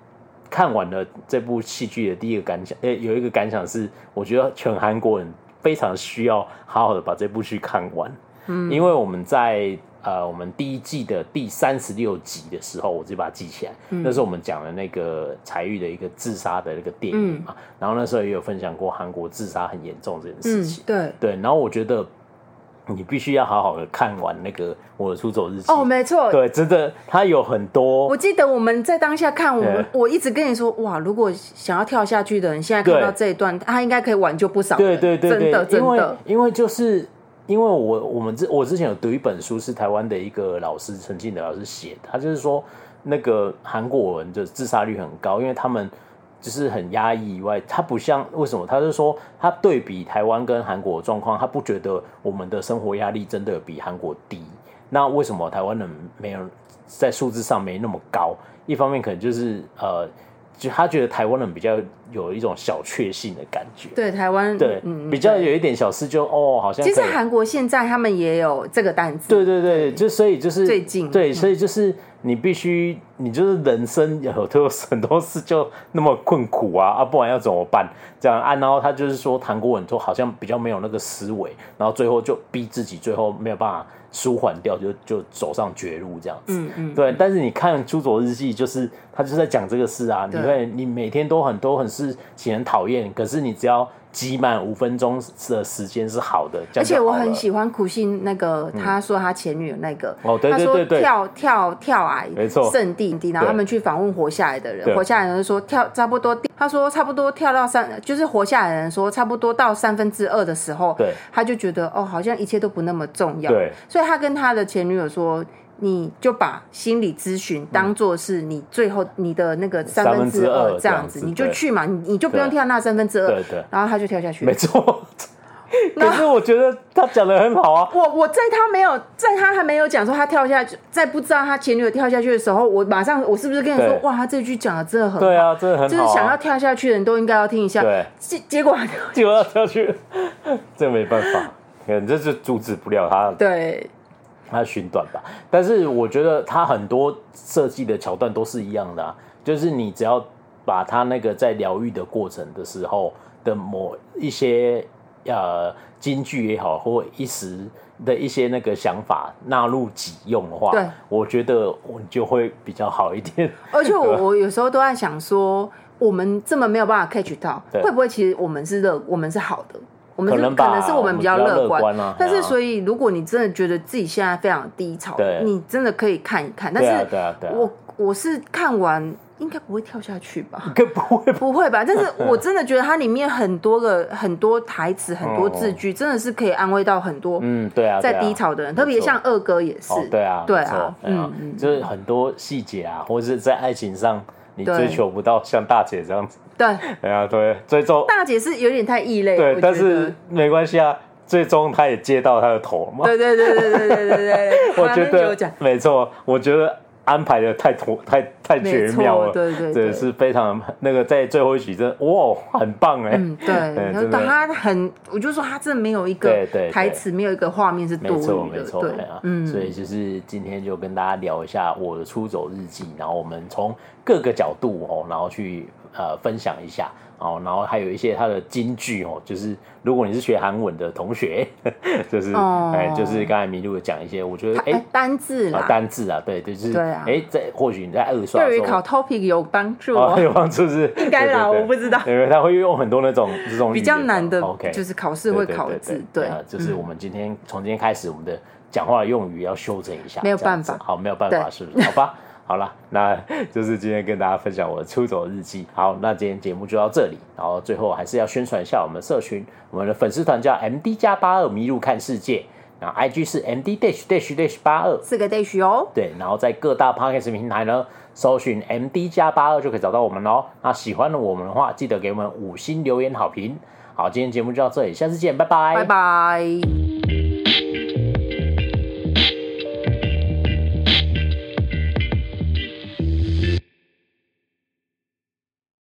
B: 看完了这部戏剧的第一个感想，呃，有一个感想是，我觉得全韩国人非常需要好好的把这部剧看完。嗯，因为我们在呃我们第一季的第三十六集的时候，我自己把它记起来，
A: 嗯
B: 那时候我们讲了那个柴玉的一个自杀的那个电影
A: 嗯
B: 嘛，然后那时候也有分享过韩国自杀很严重这件事
A: 嗯
B: 情，，
A: 对，
B: 对，然后我觉得你必须要好好的看完那个我的出走日记，
A: 哦，没错，
B: 对，真的它有很多
A: 我记得我们在当下看，我们
B: 对
A: 我一直跟你说，哇，如果想要跳下去的人，现在看
B: 对
A: 到这一段，他应该可以挽救不少
B: 对
A: 人。
B: 对对对，
A: 真的真
B: 因为
A: 的，
B: 因为就是因为我我们之我之前有读一本书，是台湾的一个老师陈进的老师写的，他就是说那个韩国人的自杀率很高，因为他们。就是很压抑以外，他不像为什么？他就说他对比台湾跟韩国的状况，他不觉得我们的生活压力真的比韩国低。那为什么台湾人没有在数字上没那么高？一方面可能就是呃，就他觉得台湾人比较有一种小确幸的感觉。
A: 对台湾，
B: 对，
A: 嗯，
B: 比较有一点小事就哦，好像
A: 其实
B: 可以
A: 韩国现在他们也有这个单子。
B: 对对对，就所以就是
A: 最近
B: 对，
A: 嗯
B: 所以就是你必须，你就是人生有都有很多事就那么困苦啊啊，不然要怎么办？这样啊，然后他就是说韩国人就好像比较没有那个思维，然后最后就逼自己，最后没有办法舒缓掉，就就走上绝路这样子。
A: 嗯嗯，
B: 对，但是你看《出走日记》，就是他就是在讲这个事啊。你
A: 对
B: 会，你每天都很多很事情很讨厌，可是你只要挤满五分钟的时间是好的，这
A: 而
B: 样就
A: 且我
B: 好了嗯
A: 很喜欢苦信那个，他说他前女友那个，
B: 哦对对
A: 他
B: 对
A: 说
B: 对
A: 跳跳跳崖，
B: 没错
A: 圣地然后他们去访问活下来的
B: 对
A: 人，活下来的人说跳差不多，他说差不多跳到三，就是活下来的人说差不多到三分之二的时候，
B: 对
A: 他就觉得哦，好像一切都不那么重要，
B: 对
A: 所以他跟他的前女友说。你就把心理咨
B: 嗯
A: 询当做是你最后你的那个三分之
B: 二
A: 二
B: 这
A: 这
B: 样
A: 样
B: 子
A: 子，你就
B: 对
A: 去嘛，你你就不用
B: 对
A: 跳那三分之二
B: 对对，
A: 然后他就跳下去了 *laughs*
B: 没。错。可是我觉得他讲的很好啊。
A: 我我在他没有在他还没有讲说他跳下去，在不知道他前女友跳下去的时候，我马上我是不是跟你说
B: 对
A: 哇，他这句讲的真的很好
B: 对啊，真的很
A: 就
B: 好、啊。
A: 是想要跳下去的人都应该要听一下。
B: 对
A: 结结果 *laughs*
B: 就要跳去， *laughs* 这没办法，可能这是阻止不了他
A: 对
B: 他寻短吧。但是我觉得他很多设计的桥段都是一样的、啊，就是你只要把他那个在疗愈的过程的时候的某一些呃金句也好，或一时的一些那个想法纳入己用的话，
A: 对
B: 我觉得我就会比较好一点。
A: 而且我我有时候都在想说，我们这么没有办法 catch 到，
B: 对
A: 会不会其实我们是乐，我们是好的，我们
B: 可
A: 是
B: 能吧
A: 是我们比
B: 我们比较
A: 乐
B: 乐观啊
A: 但
B: 对
A: 是
B: 啊
A: 所以，如果你真的觉得自己现在非常低潮
B: 对，
A: 你真的可以看一看。 *laughs* 但
B: 对啊
A: 是，
B: 对啊对啊
A: 我我是看完应该不会跳下去吧？
B: 更不会
A: 不会吧？但是我真的觉得它里面很多个很多台词、很多字句，真的是可以安慰到很多
B: 嗯，对啊，对
A: 在
B: 啊
A: 低潮的人，
B: 没错
A: 特别像二哥也是
B: 哦，。对啊，
A: 对
B: 没错
A: 啊，
B: 对啊
A: 嗯，嗯，
B: 就是很多细节啊，或者是在爱情上你
A: 对
B: 追求不到像大姐这样子，
A: 对。
B: 哎呀，对，最终
A: 大姐是有点太异类，我
B: 对，
A: 觉
B: 但
A: 得
B: 是没关系啊，最终她也接到她的头嘛，
A: 对对对对对对对对，
B: 我
A: 他
B: 觉
A: 那边有
B: 得
A: 讲
B: 没错，我觉得安排的太妥，太太绝
A: 没错
B: 妙了，
A: 对对
B: 这
A: 对
B: 是非常那个在最后一曲真的哇，很棒哎，
A: 嗯，对，然后
B: 真的
A: 他很，我就说他真的没有一
B: 对
A: 个
B: 对对
A: 台词，没有一个画面是多
B: 没错，
A: 余
B: 没
A: 的，
B: 错，
A: 对
B: 哎呀，
A: 嗯，
B: 所以就是今天就跟大家聊一下我的出走日记，然后我们从各个角度哦，然后去呃分享一下哦，然后还有一些它的金句哦，就是如果你是学韩文的同学， *laughs* 就是哎、
A: 哦
B: 就是刚才麋鹿有讲一些，我觉得
A: 他
B: 哎
A: 哎。单字
B: 啊，
A: 啦，
B: 单字啊，对，对就是，
A: 对啊
B: 哎，在或许你在二刷的
A: 对
B: 时
A: 于考
B: 候，
A: topic 有帮助
B: 哦， *laughs*
A: 哦，
B: 有帮助是，应
A: 该啦我不知道
B: 因为他会用很多那种这种
A: 比
B: 语
A: 较
B: 言
A: 难的
B: OK，
A: 就是考试会
B: 对对
A: 考
B: 对
A: 字，
B: 对
A: 对
B: 啊，，就是
A: 嗯
B: 我们今天从今天开始，我们的讲话的用语要修正一下，
A: 没有
B: 这样子
A: 办法
B: 好，没有办法，
A: 对
B: 是不是？好吧，好了，那就是今天跟大家分享我的出走日记。好，那今天节目就到这里，然后最后还是要宣传一下我们的社群，我们的粉丝团叫 MD 加八二迷路看世界，然后 IG 是 MD dash dash dash 八二，
A: 四个 dash 哦，
B: 对，然后在各大 podcast 平台呢，搜寻 MD 加八二就可以找到我们喽。那喜欢我们的话，记得给我们五星留言好评。好，今天节目就到这里，下次见，拜拜，
A: 拜拜。